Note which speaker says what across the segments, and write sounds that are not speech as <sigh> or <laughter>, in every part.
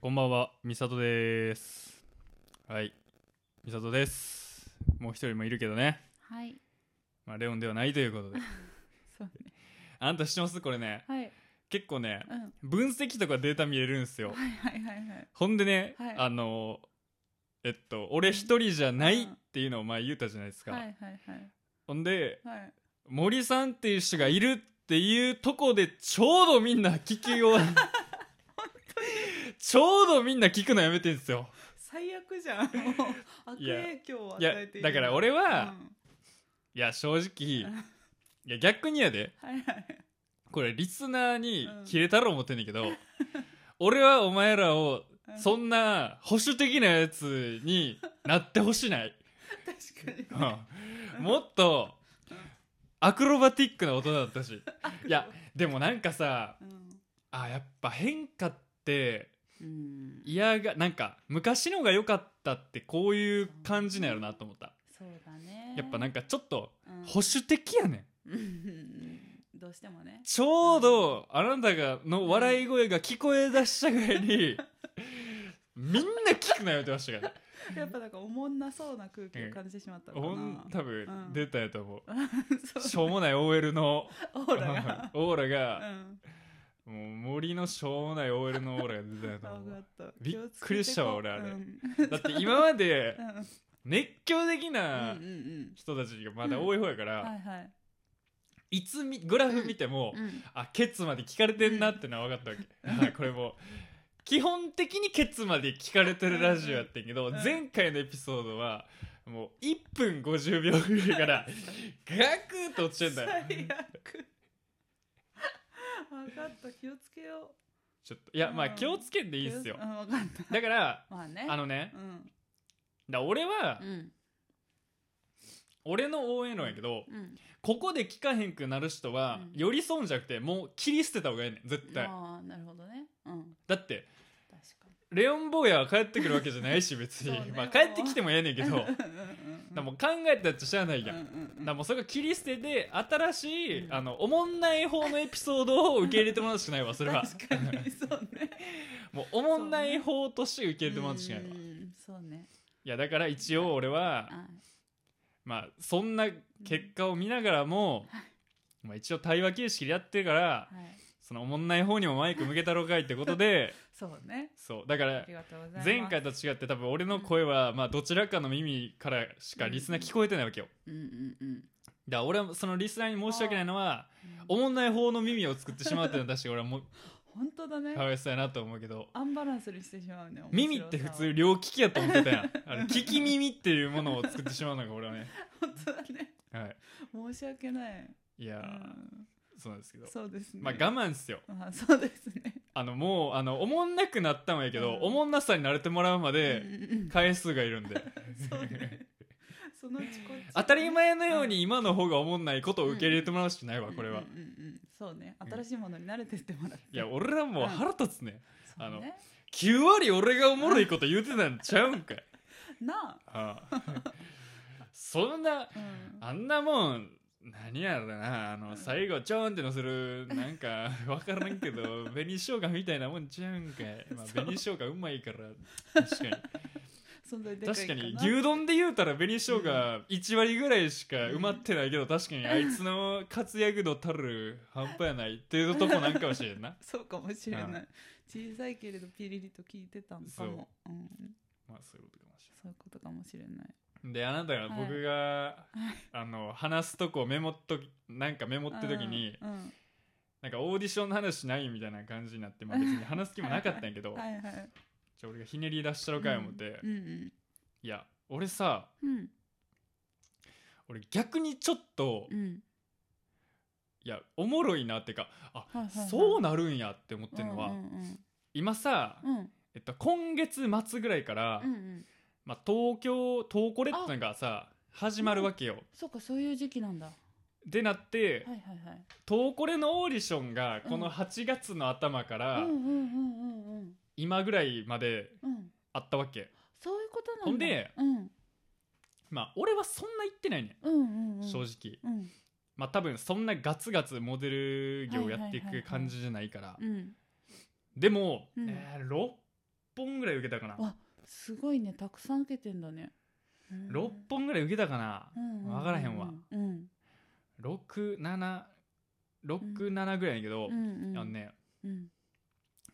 Speaker 1: こんばんは、みさとです。はい、みさとです。もう一人もいるけどね、
Speaker 2: はい。
Speaker 1: まあ、レオンではないということ
Speaker 2: <laughs>
Speaker 1: で。
Speaker 2: そうね。
Speaker 1: あんた知ってますこれね、
Speaker 2: はい。
Speaker 1: 結構ね
Speaker 2: う、ん。
Speaker 1: 分析とかデータ見れるんですよ。
Speaker 2: はいはいはいはい。
Speaker 1: ほんでね、
Speaker 2: はい
Speaker 1: あの、えっと、俺一人じゃないっていうのを前言ったじゃないですか。
Speaker 2: はいはいはい。
Speaker 1: ほんで、
Speaker 2: はい。
Speaker 1: 森さんっていう人がいるっていうとこでちょうどみんな聞き
Speaker 2: <laughs>
Speaker 1: をちょうどみんな聞くのやめてんですよ
Speaker 2: 最悪じゃん。 <laughs> もう悪
Speaker 1: いや
Speaker 2: 影響を
Speaker 1: いや
Speaker 2: 与えている。
Speaker 1: だから俺
Speaker 2: うん
Speaker 1: は
Speaker 2: は、
Speaker 1: いや正直いや逆にやで
Speaker 2: いはい。
Speaker 1: これリスナーに
Speaker 2: うん
Speaker 1: キレたろ思ってんねんけ
Speaker 2: <laughs>
Speaker 1: ど、俺はお前らを
Speaker 2: うん
Speaker 1: そんな保守的なやつになってほしない、
Speaker 2: 確
Speaker 1: う
Speaker 2: かに。
Speaker 1: んもっとアクロバティックな大人だったしいやでもなんかさ
Speaker 2: うん。
Speaker 1: あやっぱ変化って
Speaker 2: うん。
Speaker 1: 嫌がなんか昔のが良かったってこういう感じなんやろなと思った
Speaker 2: そうだね。
Speaker 1: やっぱなんかちょっと
Speaker 2: うん、
Speaker 1: 保守的やねん
Speaker 2: うん <laughs> どうしてもね。
Speaker 1: ちょうどあなたがの笑い声が聞こえだしたぐらい
Speaker 2: <laughs>
Speaker 1: にみんな聞くなよってましたから
Speaker 2: やっぱなんかおもんなそうな空気を感じてしまったの
Speaker 1: ほ
Speaker 2: か
Speaker 1: ん
Speaker 2: な。
Speaker 1: 多分出たやと思う、し
Speaker 2: そう。
Speaker 1: ょうもない OL の。
Speaker 2: オーラ
Speaker 1: <laughs>
Speaker 2: が
Speaker 1: オーラ
Speaker 2: う
Speaker 1: が、
Speaker 2: ん。
Speaker 1: もう森のしょうもない OL のオーラが出たやと
Speaker 2: あ
Speaker 1: 思
Speaker 2: 分か
Speaker 1: う
Speaker 2: った。
Speaker 1: びっくりしたわ俺あれ
Speaker 2: うん
Speaker 1: だって今まで
Speaker 2: うん
Speaker 1: 熱狂的な
Speaker 2: うんうんうん。
Speaker 1: 人たちがまだ多い方やか
Speaker 2: は
Speaker 1: ら、
Speaker 2: いはい。
Speaker 1: いつみグラフ見ても、
Speaker 2: うん。
Speaker 1: あケツまで聞かれてんなってのは分かったわけあこれもう基本的にケツまで聞かれてるラジオやってんけど、
Speaker 2: うんうん
Speaker 1: 前回のエピソードはもう1分50秒ぐらいからガクッと落ちてんだよ
Speaker 2: 最悪分かった気をつけよ
Speaker 1: ちょっといやまあ
Speaker 2: うん
Speaker 1: 気をつけんで
Speaker 2: う
Speaker 1: い
Speaker 2: い
Speaker 1: いっすよ
Speaker 2: うん、分かった
Speaker 1: だから
Speaker 2: <laughs> まあね
Speaker 1: あのね
Speaker 2: うん
Speaker 1: だから俺は
Speaker 2: うん
Speaker 1: 俺の応援論やけど
Speaker 2: うん
Speaker 1: ここで聞かへんくなる人は
Speaker 2: うん
Speaker 1: 寄り添うんじゃなくてもう切り捨てた方がいいねん絶対
Speaker 2: ああなるほどねうん
Speaker 1: だって
Speaker 2: 確か
Speaker 1: レオン坊やは帰ってくるわけじゃないし別に、
Speaker 2: そうね
Speaker 1: まあ帰ってきてもええねんけ
Speaker 2: に
Speaker 1: どだ
Speaker 2: うん
Speaker 1: か
Speaker 2: うん
Speaker 1: らもう考えたってしゃあないやん
Speaker 2: うんうん
Speaker 1: だか
Speaker 2: うん
Speaker 1: らもうそれを切り捨てて新しい、
Speaker 2: うん
Speaker 1: あのおもんない方のエピソードを受け入れてもらうしか
Speaker 2: <laughs>
Speaker 1: ないわそれは
Speaker 2: 確か
Speaker 1: <laughs>
Speaker 2: にそうね
Speaker 1: もうおもんない方として受け入れてもらうしかないわ、
Speaker 2: うんそうね
Speaker 1: いやだから一応俺は、
Speaker 2: あ
Speaker 1: まあそんな結果を見ながらも、
Speaker 2: はい
Speaker 1: まあ、一応対話形式でやってるから
Speaker 2: はい
Speaker 1: そのおもんない方にもマイク向けたろうかいってこと
Speaker 2: <laughs>
Speaker 1: で
Speaker 2: そうね
Speaker 1: そうだか
Speaker 2: あ
Speaker 1: ら
Speaker 2: りがとうございます
Speaker 1: 前回と違って多分俺の声は、まあ、どちらかの耳からしかリスナー聞こえてないわけよ
Speaker 2: うんうんうん
Speaker 1: だから俺はそのリスナーに申し訳ないのは
Speaker 2: うん
Speaker 1: おもんない方の耳を作ってしまうっていうのは確かに俺はもう
Speaker 2: 本当だね
Speaker 1: かわいそうやなと思うけど
Speaker 2: アンバランスにしてしまうね
Speaker 1: 耳って普通
Speaker 2: 面
Speaker 1: 両利きやと思って
Speaker 2: <laughs>
Speaker 1: たやんあの利き耳っていうものを作ってしまうのが俺はね、
Speaker 2: 白さを本当だね
Speaker 1: は
Speaker 2: 申し訳ない
Speaker 1: い、いやー、
Speaker 2: うん
Speaker 1: そうなんですけど
Speaker 2: そうですね
Speaker 1: まあ我慢っすよ
Speaker 2: まあそうですね。
Speaker 1: あのもうあのおもんなくなったんやけど、
Speaker 2: うん
Speaker 1: おもんなさに慣れてもらうまで
Speaker 2: うんうんうん
Speaker 1: 回数がいるんで
Speaker 2: そうね。そのうちこっち
Speaker 1: 当たり前のように今の方がおもんないことを受け入れてもらうしかないわこれは、
Speaker 2: うんうんうんそうね。新しいものに慣れてってもらって。
Speaker 1: いや俺らもう腹立つね
Speaker 2: そうね
Speaker 1: 9割俺がおもろいこと言うてたんちゃうんかい
Speaker 2: な <laughs>
Speaker 1: ああそんな
Speaker 2: あ。うん
Speaker 1: あんなもん何やろなあ
Speaker 2: う
Speaker 1: の
Speaker 2: ん
Speaker 1: 最後ちょんってのするなん
Speaker 2: <laughs>
Speaker 1: か分からんけど紅生姜みたいなもんちゃうんかい、まあ、
Speaker 2: そう
Speaker 1: 紅生姜うまいから確か
Speaker 2: <laughs>
Speaker 1: に
Speaker 2: 存在でかい
Speaker 1: 確かに
Speaker 2: な
Speaker 1: 牛丼で言うたら紅生姜1割ぐらいしか埋まってないけ
Speaker 2: <laughs>
Speaker 1: ど確かにあいつの活躍度たる半端やないっていうとこなんかもしれん
Speaker 2: <laughs>
Speaker 1: な
Speaker 2: そうかもしれ
Speaker 1: う
Speaker 2: ない。小さいけれどピリリと聞いてたのかも。うん。
Speaker 1: まあそういうことかもし
Speaker 2: そういうことかもしれない。
Speaker 1: れんであなたが僕が、あの話すとこメモっときなんかメモって時に、
Speaker 2: うん
Speaker 1: なんかオーディションの話ないみたいな感じになって、まあ、別に話す気もなかったんやけど、
Speaker 2: はいはい。
Speaker 1: じゃあ俺がひねり出したろかい思って、
Speaker 2: うんうん
Speaker 1: いや俺さ
Speaker 2: うん
Speaker 1: 俺逆にちょっと、
Speaker 2: うんうん。
Speaker 1: いやおもろいなってかあ、
Speaker 2: はいはいはい
Speaker 1: そうなるんやって思ってるのは、
Speaker 2: うんうん
Speaker 1: 今さ、
Speaker 2: うんうん
Speaker 1: えっと、今月末ぐらいから、
Speaker 2: うんうん。
Speaker 1: まあ、東京東コレってのがさ始まるわけよ。
Speaker 2: そうかそういう時期なんだ。は
Speaker 1: でなって、
Speaker 2: いはいはい。
Speaker 1: 東コレのオーディションがこ
Speaker 2: う
Speaker 1: の
Speaker 2: ん
Speaker 1: 8月の頭から、
Speaker 2: うんうんうんうんうん
Speaker 1: 今ぐらいまで
Speaker 2: うん
Speaker 1: あったわけ。
Speaker 2: そういうことなんだ
Speaker 1: ほんで
Speaker 2: うん、
Speaker 1: まあ俺はそんな言ってないね
Speaker 2: うんうんうん
Speaker 1: ん正直
Speaker 2: うん
Speaker 1: まあ多分そんなガツガツモデル業やってい
Speaker 2: はいはいはい
Speaker 1: く
Speaker 2: はい
Speaker 1: 感じじゃないから
Speaker 2: うん
Speaker 1: でも、
Speaker 2: うん
Speaker 1: えー6本ぐらい受けたかな
Speaker 2: あすごいねたくさん受けてんだねうん
Speaker 1: 6本ぐらい受けたかな
Speaker 2: うんうんうんうん
Speaker 1: わからへんわ
Speaker 2: うん
Speaker 1: 6767ぐらいやけど、
Speaker 2: うんうん
Speaker 1: あのね
Speaker 2: うん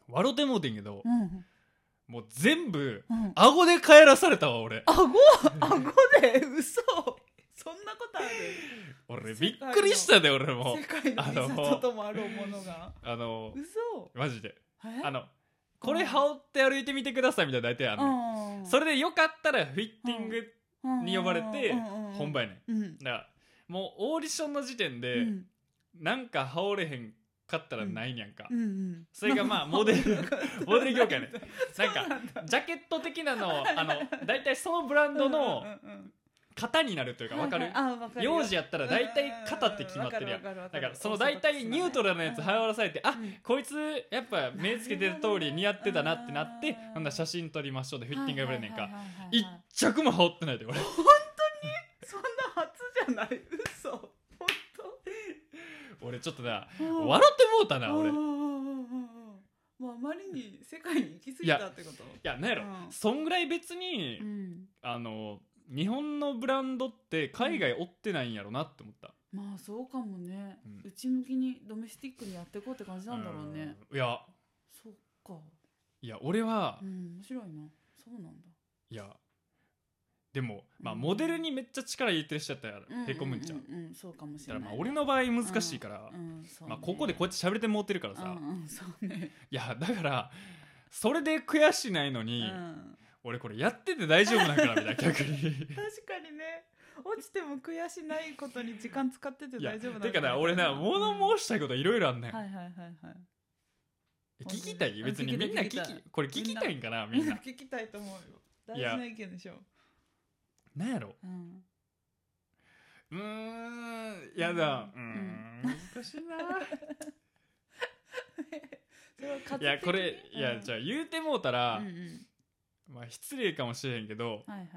Speaker 1: 笑ってもうてんけど
Speaker 2: う、ん
Speaker 1: もう全部
Speaker 2: うん
Speaker 1: 顎で帰らされたわ俺
Speaker 2: 顎顎で嘘そんなことある
Speaker 1: <laughs> 俺びっくりしたで俺も
Speaker 2: 世界の
Speaker 1: あの
Speaker 2: 美里ともあろうものが
Speaker 1: あの
Speaker 2: 嘘
Speaker 1: マジで
Speaker 2: え
Speaker 1: あのこれ羽織って歩いてみてくださいみたいな大体あんねん
Speaker 2: うん
Speaker 1: それでよかったらフィッティングに呼ばれて
Speaker 2: うんうんうん
Speaker 1: 本番やね
Speaker 2: うん
Speaker 1: んだからもうオーディションの時点
Speaker 2: う
Speaker 1: で
Speaker 2: ん
Speaker 1: なんか羽織れへんかったらないんやんか
Speaker 2: うんうん
Speaker 1: それがまあモデ
Speaker 2: <laughs>
Speaker 1: ルモデル業界ねなん
Speaker 2: そう
Speaker 1: か
Speaker 2: <laughs> なんだ
Speaker 1: ジャケット的なの
Speaker 2: <laughs>
Speaker 1: をあの大体そのブランドの
Speaker 2: うんうんうん
Speaker 1: 型になるというかわか
Speaker 2: は
Speaker 1: る
Speaker 2: いはいあわかるよ
Speaker 1: 幼児やったら大体型って決まってるやん
Speaker 2: うううわか
Speaker 1: だ
Speaker 2: るわかるわかる
Speaker 1: からその大体ニュートラルなやつ
Speaker 2: は
Speaker 1: 羽織らされてあ
Speaker 2: うん
Speaker 1: こいつやっぱ目つけてる通り似合ってたなってなって
Speaker 2: なるほどね
Speaker 1: ほんなら写真撮りましょうでフィッティング呼ばれんねん
Speaker 2: はい
Speaker 1: か
Speaker 2: はいはいはい
Speaker 1: 一着も羽織ってないで俺
Speaker 2: そんな初じゃない嘘本
Speaker 1: 俺ちょっとな
Speaker 2: 当
Speaker 1: 笑ってもうたな俺
Speaker 2: う
Speaker 1: い
Speaker 2: んうんうんうんもうあまりに世界に行き過ぎたってこと
Speaker 1: やなんやろ
Speaker 2: うん
Speaker 1: そんぐらい別に
Speaker 2: うん
Speaker 1: あの日本のブランドって海外追ってないんやろなって思った
Speaker 2: まあそうかもね
Speaker 1: うん
Speaker 2: 内向きにドメスティックにやっていこうって感じなんだろうね
Speaker 1: うんいや
Speaker 2: そっか
Speaker 1: いや俺は
Speaker 2: うん面白いなそうなんだ
Speaker 1: いやでもまあ
Speaker 2: うん
Speaker 1: モデルにめっちゃ力入れてる人やったらへこむんちゃう
Speaker 2: うんうんそうかもし
Speaker 1: だ
Speaker 2: れ
Speaker 1: から
Speaker 2: ない
Speaker 1: まあ俺の場合難しいから
Speaker 2: うんそうね
Speaker 1: まあここでこうやって喋れてもうてるからさ
Speaker 2: うんうんそうね
Speaker 1: いやだからそれで悔しないの
Speaker 2: う
Speaker 1: に
Speaker 2: ん
Speaker 1: 俺これやってて大丈夫なんかなみたいな逆
Speaker 2: <laughs>
Speaker 1: に
Speaker 2: 確かにね落ちても悔しないことに時間使ってて
Speaker 1: いや
Speaker 2: 大丈夫なの
Speaker 1: てかな俺な物
Speaker 2: し
Speaker 1: 申したいこといろいろあんねん
Speaker 2: はいはいはいはい
Speaker 1: 聞きたい
Speaker 2: うん
Speaker 1: 別に
Speaker 2: 聞きた
Speaker 1: み
Speaker 2: い
Speaker 1: んな聞き
Speaker 2: 聞きたい
Speaker 1: これ聞きたいんかなみ
Speaker 2: みん
Speaker 1: ん
Speaker 2: な
Speaker 1: な
Speaker 2: 聞きたいと思うよ大
Speaker 1: い
Speaker 2: 事
Speaker 1: や
Speaker 2: な意見でしょ
Speaker 1: なんやろ
Speaker 2: うん
Speaker 1: うーんやだう
Speaker 2: う
Speaker 1: ーん
Speaker 2: ん
Speaker 1: 難しいな
Speaker 2: それは活
Speaker 1: いやこれいやじ
Speaker 2: ゃ
Speaker 1: ゃあ言うてもうたら
Speaker 2: うんうん
Speaker 1: まあ失礼かもしれへんけど
Speaker 2: はいはい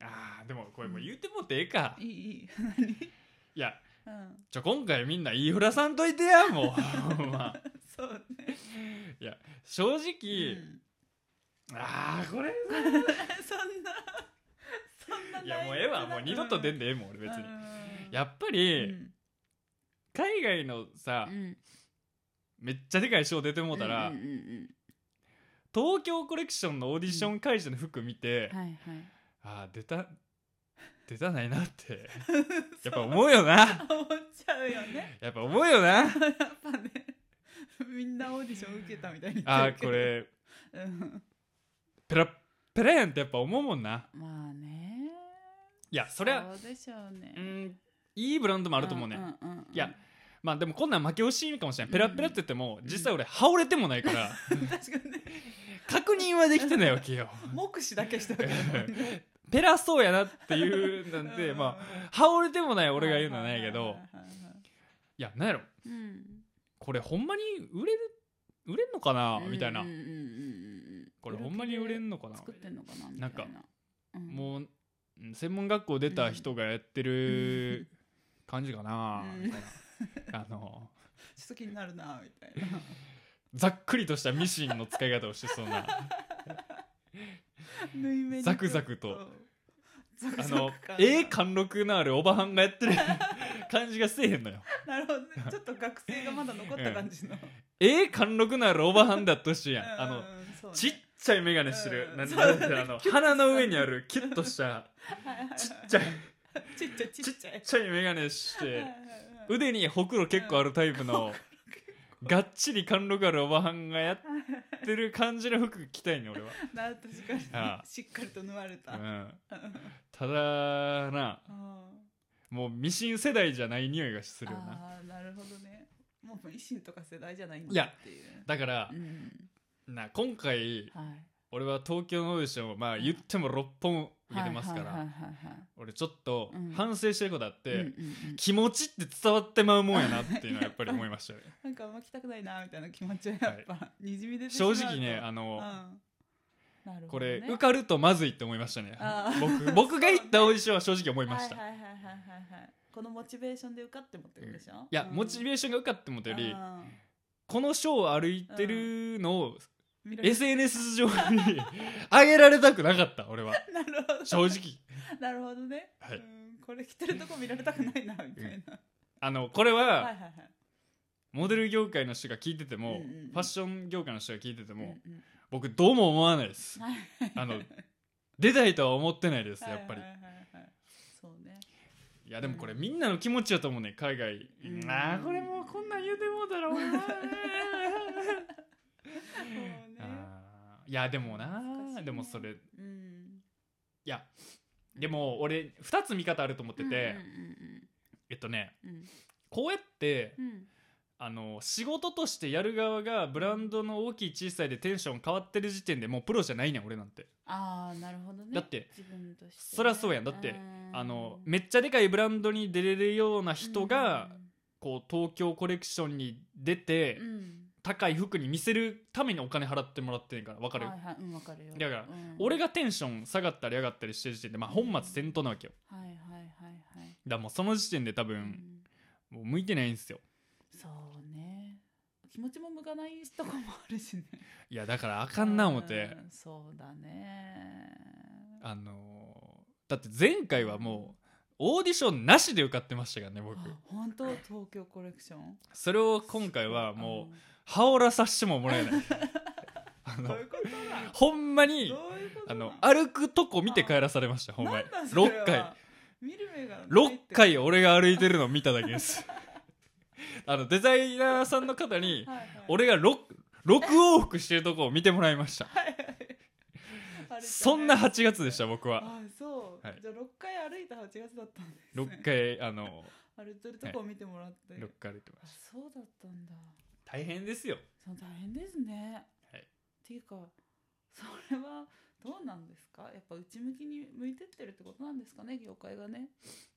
Speaker 1: あーでもこれもう言うてもうてええか
Speaker 2: いいいい何
Speaker 1: いや
Speaker 2: うん
Speaker 1: ちょ今回みんな言いふらさんといてやもう <laughs> ほんま
Speaker 2: そうね
Speaker 1: 正
Speaker 2: う
Speaker 1: 直
Speaker 2: ん
Speaker 1: あーこれ
Speaker 2: そんなそんない
Speaker 1: やもうええわもう二度と出んでええもん俺別にや
Speaker 2: っ
Speaker 1: っぱり海外のさめっちゃでかい賞出てもうたら
Speaker 2: うんうんうん
Speaker 1: 東京コレクションのオーディション会社の服見て
Speaker 2: うんはいはい
Speaker 1: あー出た出たないなって
Speaker 2: <laughs>
Speaker 1: やっぱ思うよな
Speaker 2: 思っちゃうよね
Speaker 1: やっぱ思うよな <laughs>
Speaker 2: やっぱねみんなオーディション受けたみたいに言
Speaker 1: あ
Speaker 2: って
Speaker 1: ー
Speaker 2: るけ
Speaker 1: こ
Speaker 2: ど、
Speaker 1: れ
Speaker 2: うん、
Speaker 1: ペラッペラやんってやっぱ思うもんな
Speaker 2: まあね
Speaker 1: いやそりゃ
Speaker 2: そうでしょうね
Speaker 1: うんいいブランドもあ
Speaker 2: あ
Speaker 1: ると思うね、
Speaker 2: んうんうん
Speaker 1: いやまあでもこんなん負け惜しいかもしれないペラッペラって言っても
Speaker 2: うん
Speaker 1: 実際俺羽織れてもないから <laughs>
Speaker 2: 確かにね
Speaker 1: 確認はできてないわけよ <laughs>
Speaker 2: 目視だけしたけど
Speaker 1: ペラそうやなっていうなん <laughs> でまあ羽織れてもない
Speaker 2: あ
Speaker 1: 俺が言うのはないけ
Speaker 2: は
Speaker 1: ど
Speaker 2: はいはいはい
Speaker 1: いやなんやろ
Speaker 2: うん
Speaker 1: これほんまに売れる売れんのかなみたいな
Speaker 2: うんうんうんうんうん
Speaker 1: これほんまに売れんのかな
Speaker 2: 作ってんのかなみたいな
Speaker 1: なんか
Speaker 2: うん
Speaker 1: もううん専門学校出た人がやってる感じかな
Speaker 2: うん
Speaker 1: みたいなあの
Speaker 2: ちょっと気になるなみたいな
Speaker 1: ざっくりとしたミシンの使い方をしてそう
Speaker 2: <laughs>
Speaker 1: な
Speaker 2: 縫い目に
Speaker 1: ザクザクと
Speaker 2: そうザク
Speaker 1: あ
Speaker 2: ザク
Speaker 1: の
Speaker 2: 感が
Speaker 1: ええ貫禄のあるおばはんがやってる感じがせえへんのよ
Speaker 2: なるほどねちょっと学生がまだ残った感じ
Speaker 1: <laughs>
Speaker 2: の
Speaker 1: ええ貫禄のあるおばはんだとしいやんあ
Speaker 2: う
Speaker 1: の
Speaker 2: んうんそうね
Speaker 1: ちっちゃい眼鏡してる
Speaker 2: うん
Speaker 1: なん
Speaker 2: そう
Speaker 1: なんていうのあの鼻の上にあるキュッとした
Speaker 2: はいはいはい
Speaker 1: ちっちゃい
Speaker 2: ちっちゃいち
Speaker 1: ちっ
Speaker 2: っちゃい
Speaker 1: ちゃい眼鏡して
Speaker 2: はいはいはい
Speaker 1: 腕にほくろ結構あるタイプ
Speaker 2: <laughs>
Speaker 1: のがっちり貫禄あるおばはんがやってる感じの服着たいね俺は、
Speaker 2: な確かに
Speaker 1: ああ
Speaker 2: しっかりと縫われた、
Speaker 1: う
Speaker 2: うん
Speaker 1: ん、ただなもうミシン世代じゃない匂いがするよな
Speaker 2: ああなるほどねもう維新とか世代じゃないん
Speaker 1: いや
Speaker 2: だっていう
Speaker 1: だから
Speaker 2: うん
Speaker 1: な今回
Speaker 2: はい
Speaker 1: 俺は東京のオーディションをまあ言っても6本受けてますから、
Speaker 2: はいはいはいはいはい
Speaker 1: 俺ちょっと
Speaker 2: うん
Speaker 1: 反省してることあって、
Speaker 2: うんうんうん
Speaker 1: 気持ちって伝わってまうもんやなっていうのはやっ
Speaker 2: <laughs>
Speaker 1: ぱり思いましたね
Speaker 2: なんかあんま来たくないなみたいな気持ちはやっぱ、にじみ出てしま
Speaker 1: 正
Speaker 2: うと
Speaker 1: 直ねあ
Speaker 2: う
Speaker 1: の、
Speaker 2: んなるほ
Speaker 1: こ
Speaker 2: どね
Speaker 1: れ受かるとまずいって思いましたね
Speaker 2: あー
Speaker 1: 僕僕が行ったオーディションは正直思いました、
Speaker 2: はいはいはいはいはいはいこのモチベーションで受かってもってるでしょ、
Speaker 1: いや、モチベーションが受かってもた
Speaker 2: ョ
Speaker 1: より
Speaker 2: うん
Speaker 1: このショーを歩いてるのを
Speaker 2: 見られ
Speaker 1: SNS 上に上げられたくなかった <laughs> 俺は
Speaker 2: なるほど
Speaker 1: 正直
Speaker 2: <laughs> なるほどね、
Speaker 1: はい
Speaker 2: うんこれ着てるとこ見られたくないなみたいな、
Speaker 1: あのこれ
Speaker 2: はいはい
Speaker 1: は
Speaker 2: はい
Speaker 1: モデル業界の人が聞いてても、
Speaker 2: うんうんうん
Speaker 1: ファッション業界の人が聞いてても、
Speaker 2: うんうん
Speaker 1: 僕どうも思わないです
Speaker 2: はい
Speaker 1: あの出たいとは思ってないです
Speaker 2: はい
Speaker 1: やっぱり、
Speaker 2: はいはいはいそうね
Speaker 1: いやでもこれみんなの気持ちやと思うね海外、
Speaker 2: うん
Speaker 1: ああこれもうこんなん言うてもうたら
Speaker 2: <laughs>
Speaker 1: 俺は
Speaker 2: そうね
Speaker 1: <laughs> あーいやでもな
Speaker 2: 難しいね
Speaker 1: でもそれい
Speaker 2: うん
Speaker 1: やでも俺2つ見方あると思ってて、えっとね
Speaker 2: うんうんうん
Speaker 1: こうやって
Speaker 2: うんうん
Speaker 1: あの仕事としてやる側がブランドの大きい小さいでテンション変わってる時点でもうプロじゃないねん俺なんて
Speaker 2: ああなるほどね
Speaker 1: だって
Speaker 2: 自分としてね、
Speaker 1: そりゃそうやんだって
Speaker 2: うん
Speaker 1: あのめっちゃでかいブランドに出れるような人が、こう東京コレクションに出て、
Speaker 2: うんうん
Speaker 1: 高い服に見せるためにお金払ってもらってんからわかる、
Speaker 2: はいはいうんわかるよ
Speaker 1: だから
Speaker 2: うん
Speaker 1: 俺がテンション下がったり上がったりしてる時点で、まあ、本末転倒なわけよ
Speaker 2: はいはいはいはい
Speaker 1: だからもうその時点で多
Speaker 2: う
Speaker 1: 分、
Speaker 2: ん
Speaker 1: もう向いてないんですよ
Speaker 2: そうね気持ちも向かないとこもあるしね
Speaker 1: いやだからあかんな思って、
Speaker 2: うんそうだね
Speaker 1: あのーだって前回はもうオーディションなしで受かってましたからね僕
Speaker 2: あ本当東京コレクション
Speaker 1: それを今回はもう羽織らさしてももらえないあ
Speaker 2: うんどう
Speaker 1: の
Speaker 2: いうことだ
Speaker 1: ほんまに
Speaker 2: どういうこと
Speaker 1: あの
Speaker 2: あ
Speaker 1: 歩くとこ見て帰らされましたほんまに6回
Speaker 2: 見る目がないって
Speaker 1: 6回俺が歩いてるのを見ただけです <laughs> あのデザイナーさんの方に
Speaker 2: はいはい
Speaker 1: 俺が 6, 6往復してるとこを見てもらいました
Speaker 2: はいはいあれ
Speaker 1: そんな8月でした僕は
Speaker 2: あそう、
Speaker 1: はい
Speaker 2: じゃあ6回歩いた8月だったんです、ね、
Speaker 1: 6回あの
Speaker 2: 歩いてるとこを見てもらって、
Speaker 1: 6回歩いてま
Speaker 2: あ
Speaker 1: した
Speaker 2: そうだったんだ
Speaker 1: 大変ですよ
Speaker 2: その大変ですね、
Speaker 1: はい
Speaker 2: っていうかそれはどうなんですかやっぱ内向きに向いてってるってことなんですかね業界がね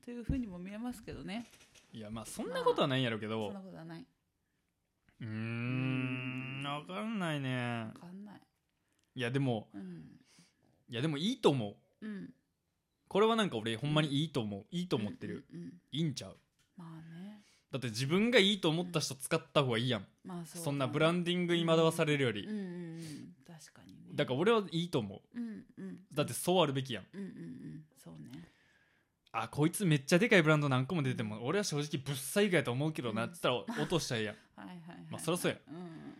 Speaker 2: というふうにも見えますけどね
Speaker 1: いやまあそんなことはないんやろうけ
Speaker 2: そ
Speaker 1: ど
Speaker 2: んなことはない
Speaker 1: うーんわかんないね
Speaker 2: わかんない
Speaker 1: いやでも
Speaker 2: うん
Speaker 1: いやでもいいと思う
Speaker 2: うん
Speaker 1: これはなんか俺ほんまにいいと思ういいと思ってる、
Speaker 2: うんうんうん
Speaker 1: いいんちゃう
Speaker 2: まあね
Speaker 1: だって自分がいいと思った人使った方がいいやん、
Speaker 2: まあそう
Speaker 1: そんなブラ
Speaker 2: ン
Speaker 1: ンディングに惑わされるより、
Speaker 2: うんうんうん確かにね
Speaker 1: だから俺はいいと思う
Speaker 2: うんうん
Speaker 1: だってそうあるべきやん
Speaker 2: うんうんうんそうね
Speaker 1: あこいつめっちゃでかいブランド何個も出ても俺は正直ぶっさいがやと思うけどなって言ったら落としたらええやん
Speaker 2: はいはいはい
Speaker 1: まあそりゃそうや
Speaker 2: うんうんうんうん
Speaker 1: だか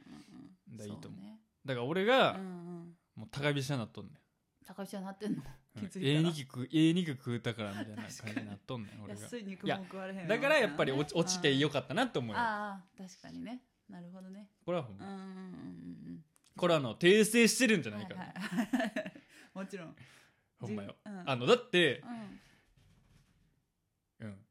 Speaker 1: らいいと思う
Speaker 2: そね
Speaker 1: だから俺
Speaker 2: う
Speaker 1: が
Speaker 2: んうん
Speaker 1: もう高飛車になっとんねん
Speaker 2: 高飛車なってんの
Speaker 1: う
Speaker 2: 気
Speaker 1: ん
Speaker 2: づいたら
Speaker 1: ええ肉食うええ肉食うたからみたいな感じになっとん
Speaker 2: <laughs>
Speaker 1: ねん俺が
Speaker 2: 安い肉も食われへんわ
Speaker 1: だからやっぱり落ち落ちてよ
Speaker 2: か
Speaker 1: かったなって思うよ
Speaker 2: ああ確かにねなるほどね
Speaker 1: これはほん
Speaker 2: う
Speaker 1: ま
Speaker 2: んうんうん
Speaker 1: これはあの訂正してるんじ
Speaker 2: う
Speaker 1: ゃ
Speaker 2: ん
Speaker 1: ないから、
Speaker 2: はいはいもちろん
Speaker 1: ほんまよ
Speaker 2: うん
Speaker 1: あのだって、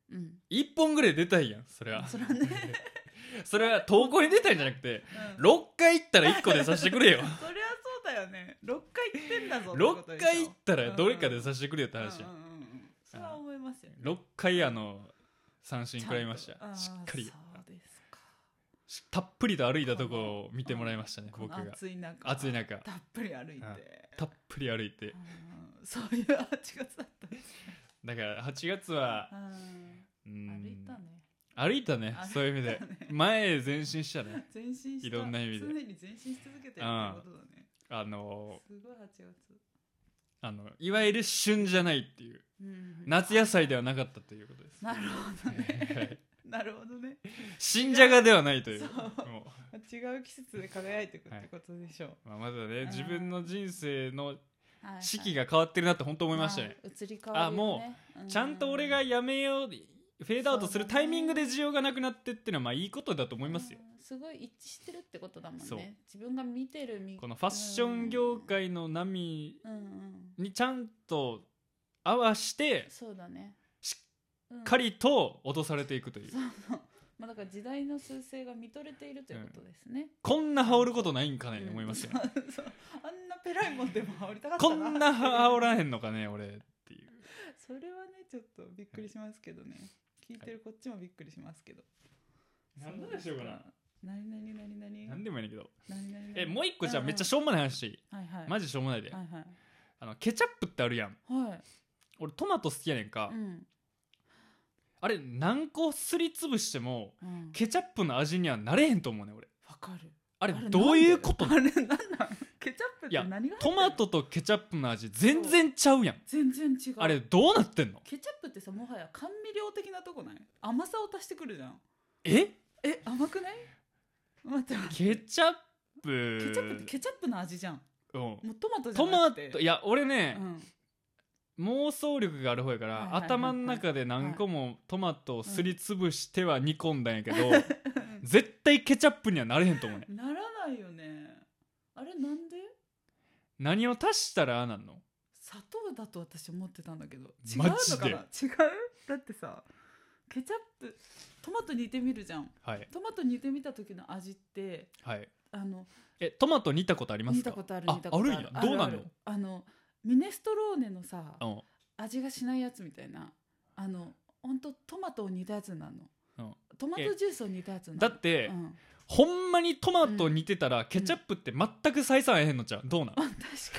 Speaker 1: うん、1本ぐらい出たいやんそれ
Speaker 2: うん
Speaker 1: は
Speaker 2: それはね
Speaker 1: <laughs> それは投稿に出たいんじゃなくて
Speaker 2: うん
Speaker 1: 6回行ったら1個でさせてくれよ
Speaker 2: <laughs> そりゃそうだよね6回行ってんだぞってこと
Speaker 1: 6
Speaker 2: でしょ
Speaker 1: 回行ったらどれかでさせてくれよって話や
Speaker 2: うんうんうんうんそれは思いますよね
Speaker 1: 6回あの三振食らいまし
Speaker 2: ちゃん
Speaker 1: た
Speaker 2: と
Speaker 1: しっかり
Speaker 2: あーそうですか
Speaker 1: たっぷりと歩いたとこを見てもらいましたね
Speaker 2: こ
Speaker 1: 僕
Speaker 2: の
Speaker 1: が
Speaker 2: 暑い中
Speaker 1: 暑い中
Speaker 2: たっぷり歩い
Speaker 1: う
Speaker 2: て
Speaker 1: んたっぷり歩いて
Speaker 2: うんそういう8月だった
Speaker 1: だから8月は
Speaker 2: うん
Speaker 1: うん
Speaker 2: 歩いたね
Speaker 1: 歩いたね
Speaker 2: 歩いたね
Speaker 1: そういう意味で前へ前進したね
Speaker 2: 前進した
Speaker 1: いろんな意味で
Speaker 2: 常に前進し続けてるってことだね
Speaker 1: あの
Speaker 2: すごい8月、
Speaker 1: あのいわゆる旬じゃないっていう
Speaker 2: うん
Speaker 1: 夏野菜ではなかったということ <laughs> です
Speaker 2: なるほど
Speaker 1: は
Speaker 2: ね
Speaker 1: い
Speaker 2: なるほどね
Speaker 1: 新じゃがではないという
Speaker 2: そう
Speaker 1: も
Speaker 2: 違う季節で輝いてくってことでしょう、
Speaker 1: う、まあ、まだね
Speaker 2: ん
Speaker 1: 自分の人生の
Speaker 2: はいはい
Speaker 1: 四季が変わってるなって本当思いましたね、
Speaker 2: あー移り変わりよね、う
Speaker 1: ちゃんと俺がやめようフェードアウトするタイミングで需要がなくなってっていうのはまあいいことだと思いますよ、
Speaker 2: うんすごい一致してるってことだもん
Speaker 1: そう
Speaker 2: ね自分が見てる見
Speaker 1: このファッション業界の波
Speaker 2: うんうん
Speaker 1: にちゃんと合わしてし
Speaker 2: そうだね
Speaker 1: し
Speaker 2: っ
Speaker 1: っか、りと落とされていくという
Speaker 2: うんそうそうまあだから時代の趨勢が見とれているということですね、
Speaker 1: こんな羽織ることないんかね思いますよ、
Speaker 2: うんそうそうあんなペライモンでも羽織りたかった
Speaker 1: こんな羽織らへんのかね俺っていう
Speaker 2: それはねちょっとびっくりしますけどね聞いてるこっちもびっくりしますけど、
Speaker 1: なんででしょうかな
Speaker 2: 何何何何
Speaker 1: 何でもいいねんだけど
Speaker 2: 何何
Speaker 1: えもう一個じゃあめっちゃ
Speaker 2: し
Speaker 1: しょうもない話していい
Speaker 2: はいはい
Speaker 1: マジしょうもないで
Speaker 2: はいはい
Speaker 1: あのケチャップってあるやん
Speaker 2: はい
Speaker 1: 俺トマト好きやねんか、
Speaker 2: うん
Speaker 1: あれ何個すりつぶしても
Speaker 2: うん
Speaker 1: ケチャップの味にはなれへんと思うねん俺
Speaker 2: わかる
Speaker 1: あれ
Speaker 2: あれ
Speaker 1: どういうこと
Speaker 2: なんであれなんなんケチャップっ
Speaker 1: いや
Speaker 2: て何が入って
Speaker 1: ト
Speaker 2: る
Speaker 1: マトとケチャップの味全然ちゃうやん
Speaker 2: 全然違う
Speaker 1: あれどうなってんの
Speaker 2: ケチャップってさもはや甘味料的なとこない甘さを足してくるじゃん
Speaker 1: え
Speaker 2: え甘くない待って待って
Speaker 1: ケチャップ
Speaker 2: ケチャップってケチャップの味じゃん
Speaker 1: うん
Speaker 2: もうトマトじゃ
Speaker 1: ト
Speaker 2: な
Speaker 1: マ
Speaker 2: くて
Speaker 1: トいや俺ね、
Speaker 2: うん、
Speaker 1: 妄想力がある方やから、
Speaker 2: はいはいはいはい
Speaker 1: 頭の中で何個もトマトをすりつぶしては煮込んだんやけど、絶対ケチャップにはなれへんと思うね
Speaker 2: ならないよねあれなんで
Speaker 1: 何を足したらああなんの
Speaker 2: 砂糖だと私思ってたんだけど違う
Speaker 1: マ
Speaker 2: の
Speaker 1: ジ
Speaker 2: か
Speaker 1: で
Speaker 2: な違うだってさケチャップトマト煮てみるじゃん
Speaker 1: はい
Speaker 2: トマト煮てみた時の味って
Speaker 1: はい
Speaker 2: あの
Speaker 1: えトマト煮たことありますか
Speaker 2: 煮たことある
Speaker 1: あ
Speaker 2: 煮たことある
Speaker 1: あるんやどうなの
Speaker 2: あるあのミネストローネのさ
Speaker 1: うん
Speaker 2: 味がしないやつみたいなあの本当トマトを煮たやつな
Speaker 1: う
Speaker 2: の
Speaker 1: ん
Speaker 2: トマトジュースを煮たやつなの
Speaker 1: だって、
Speaker 2: うん、
Speaker 1: ほんまにトマト煮てたら、ケチャップって全く採算えへんのちゃうどうなん
Speaker 2: あ確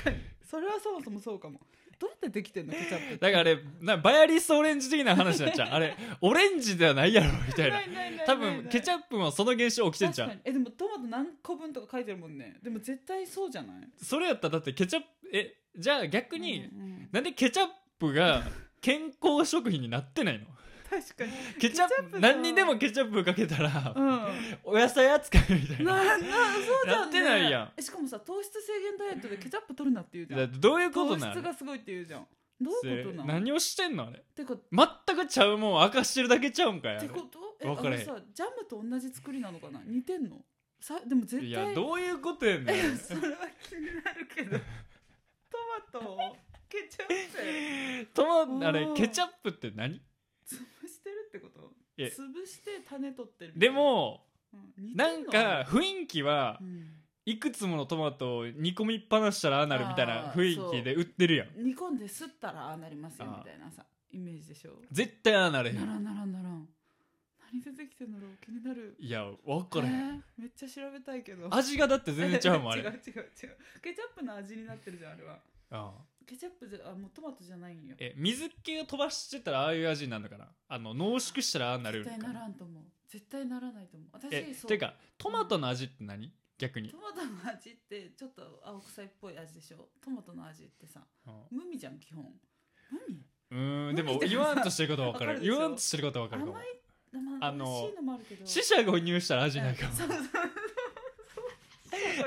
Speaker 2: かにそれはそもそもそうかもどうやってできてんのケチャップって
Speaker 1: だからあれなバイアリストオレンジ的な話になっちゃうあれオレンジではないやろみたい
Speaker 2: <laughs>
Speaker 1: な
Speaker 2: ないないないない
Speaker 1: 多分ケチャップもその現象起きてんじゃ
Speaker 2: 確
Speaker 1: ん
Speaker 2: かにえでもトマト何個分とか書いてるもんねでも絶対そうじゃない
Speaker 1: それやったらだってケチャップえじゃあ逆に、
Speaker 2: うんうん
Speaker 1: なんでケチャップが健康食品になってないの
Speaker 2: 確かに
Speaker 1: ケチャップ
Speaker 2: ケチャップの
Speaker 1: 何にでもケチャップかけたら、
Speaker 2: うん
Speaker 1: お野菜扱いみたいな
Speaker 2: ななそうじゃん、ね、
Speaker 1: やってないやん
Speaker 2: えしかもさ糖質制限ダイエットでケチャップ取るなって言うじゃ
Speaker 1: だっ
Speaker 2: ん
Speaker 1: てどういうこと
Speaker 2: 糖
Speaker 1: な
Speaker 2: 質
Speaker 1: の
Speaker 2: がすごいって言うじゃんどういうことなの
Speaker 1: 何をしてんのあれ
Speaker 2: てか
Speaker 1: 全くちゃうもん明かしてるだけちゃうんかいあ
Speaker 2: っ
Speaker 1: れ
Speaker 2: てことえ
Speaker 1: わからへん
Speaker 2: あのさジャムと同じ作りなのかな似てんのさでも絶対
Speaker 1: いやどういうことやねん
Speaker 2: え <laughs> それは気になるけどトマトをケチャップで
Speaker 1: トマあれ
Speaker 2: うん
Speaker 1: ケチャップって何
Speaker 2: 潰してるってこと
Speaker 1: え
Speaker 2: 潰して種取ってるみたい
Speaker 1: でも
Speaker 2: うん似て
Speaker 1: なん
Speaker 2: の
Speaker 1: か、雰囲気は
Speaker 2: うん
Speaker 1: いくつものトマトを煮込みっぱなしたらああなるみたいな
Speaker 2: あー
Speaker 1: 雰囲気で売ってるやん
Speaker 2: 煮込んで吸ったらああなりますよ
Speaker 1: あー
Speaker 2: みたいなさイメージでしょ
Speaker 1: 絶対ああなれへ
Speaker 2: なんらんならんならん何出てきてんだろう気になる
Speaker 1: いや分からへ
Speaker 2: え
Speaker 1: ん
Speaker 2: ーめっちゃ調べたいけど
Speaker 1: 味がだって全然ちゃうもんあ
Speaker 2: <laughs> 違う違う違
Speaker 1: れ
Speaker 2: うケチャップの味になってるじゃんあれは
Speaker 1: ああ
Speaker 2: ケチャップじゃあもうトマトじゃないんよ
Speaker 1: え水気を飛ばしてたらああいう味になるのかなあの濃縮したらああなる
Speaker 2: 絶
Speaker 1: のか
Speaker 2: 対ならんと思う絶対ならないと思う
Speaker 1: え
Speaker 2: 私そう
Speaker 1: てかトマトの味って何逆に
Speaker 2: トマトの味ってちょっと青臭いっぽい味でしょトマトの味ってさ無味じゃん基本無味
Speaker 1: うんうーんでも
Speaker 2: 無理だ
Speaker 1: 言
Speaker 2: よな
Speaker 1: わんとしてることは分か
Speaker 2: わ
Speaker 1: る
Speaker 2: かるでしょ
Speaker 1: 言わんとしてることは分かる
Speaker 2: 甘
Speaker 1: か
Speaker 2: い
Speaker 1: も
Speaker 2: まあ
Speaker 1: あの
Speaker 2: 美味しいのもあるけど
Speaker 1: 死者誤入したら味ないかも
Speaker 2: そうそうそうそう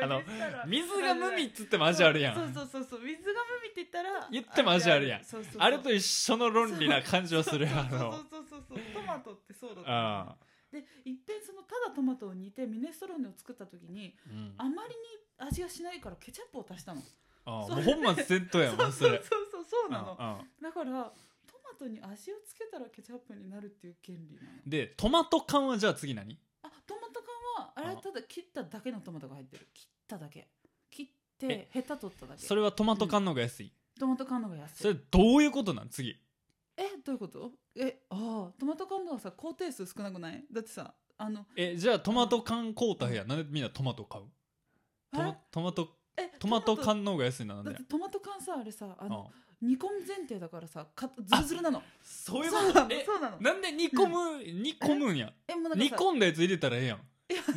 Speaker 1: あの
Speaker 2: そうしたら
Speaker 1: 水が無味っつっても味あるや
Speaker 2: そうんそうそうそう水が無味って言ったら
Speaker 1: 言っても味あるやん
Speaker 2: そうそうそう
Speaker 1: あれと一緒の論理な感じはするあ
Speaker 2: そう
Speaker 1: の
Speaker 2: そうそうそうそうトマトってそうだった
Speaker 1: あ
Speaker 2: で一遍そのただトマトを煮てミネストローネを作った時に
Speaker 1: ーうん
Speaker 2: あまりに味がしないからケチャップを足したの
Speaker 1: あー
Speaker 2: そ
Speaker 1: もう
Speaker 2: れ
Speaker 1: 本末転倒やもんそ
Speaker 2: <laughs> そうそう
Speaker 1: れ
Speaker 2: そうそうなの
Speaker 1: うんうん
Speaker 2: だからトマトに味をつけたらケチャップになるっていう原理なの
Speaker 1: でトマト缶はじゃあ次何
Speaker 2: あトマト缶はあれ
Speaker 1: あ
Speaker 2: ただ切っただけのトマトが入ってる切っただけ切っ
Speaker 1: え
Speaker 2: てヘタ取っただけ
Speaker 1: それはトマト缶の方が安い、
Speaker 2: トマト缶の方が安い
Speaker 1: それどういうことなん次
Speaker 2: えどういうことえああトマト缶の方がさ工程数少なくないだってさあの
Speaker 1: えじゃあトマト缶交代やなんでみんなトマト買う
Speaker 2: あ
Speaker 1: ト
Speaker 2: れ
Speaker 1: マトマト
Speaker 2: え
Speaker 1: トマト缶の方が安いななん
Speaker 2: だ
Speaker 1: で
Speaker 2: ってトマト缶さあれさあ
Speaker 1: うん
Speaker 2: の煮込む前提だからさかズルズルなの
Speaker 1: そういうこ
Speaker 2: そうな
Speaker 1: と
Speaker 2: の
Speaker 1: え
Speaker 2: そうなの
Speaker 1: なんで煮込む、煮込むんや
Speaker 2: えもうなんか
Speaker 1: 煮
Speaker 2: さ
Speaker 1: 込んだやつ入れたらええやん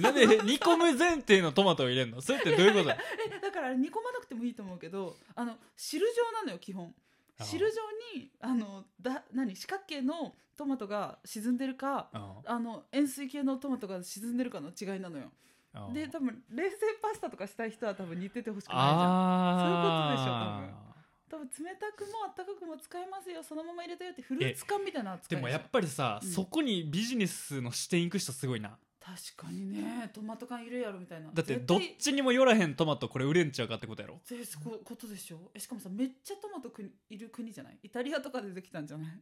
Speaker 1: なんで煮込む前提のトマトを入れんのそれってどういうことだ
Speaker 2: えだからあれ煮込まなくてもいいと思うけどあの汁状なのよ基本
Speaker 1: あ
Speaker 2: <laughs> 汁状にあのだ何四角形のトマトが沈んでるか
Speaker 1: うん
Speaker 2: あの円錐形のトマトが沈んでるかの違いなのよ
Speaker 1: うん
Speaker 2: で多分冷製パスタとかしたい人は多分煮ててほしくないじゃん
Speaker 1: ああ
Speaker 2: そういうことでしょ多分冷たくもあったかくも使えますよそのまま入れたよってフルーツ缶みたいな扱
Speaker 1: で
Speaker 2: い
Speaker 1: も
Speaker 2: し
Speaker 1: や
Speaker 2: ょ
Speaker 1: っぱりさ、
Speaker 2: うん
Speaker 1: そこにビジネスの視点行く人すごいな
Speaker 2: 確かにねトマト缶いるやろみたいな
Speaker 1: だってどっ
Speaker 2: 絶
Speaker 1: ちにもよらへんトマトこれ売れんちゃうかってことやろ
Speaker 2: 対絶対こことでしょえしかもさめっちゃトマトくいる国じゃないイタリアとかでできたんじゃない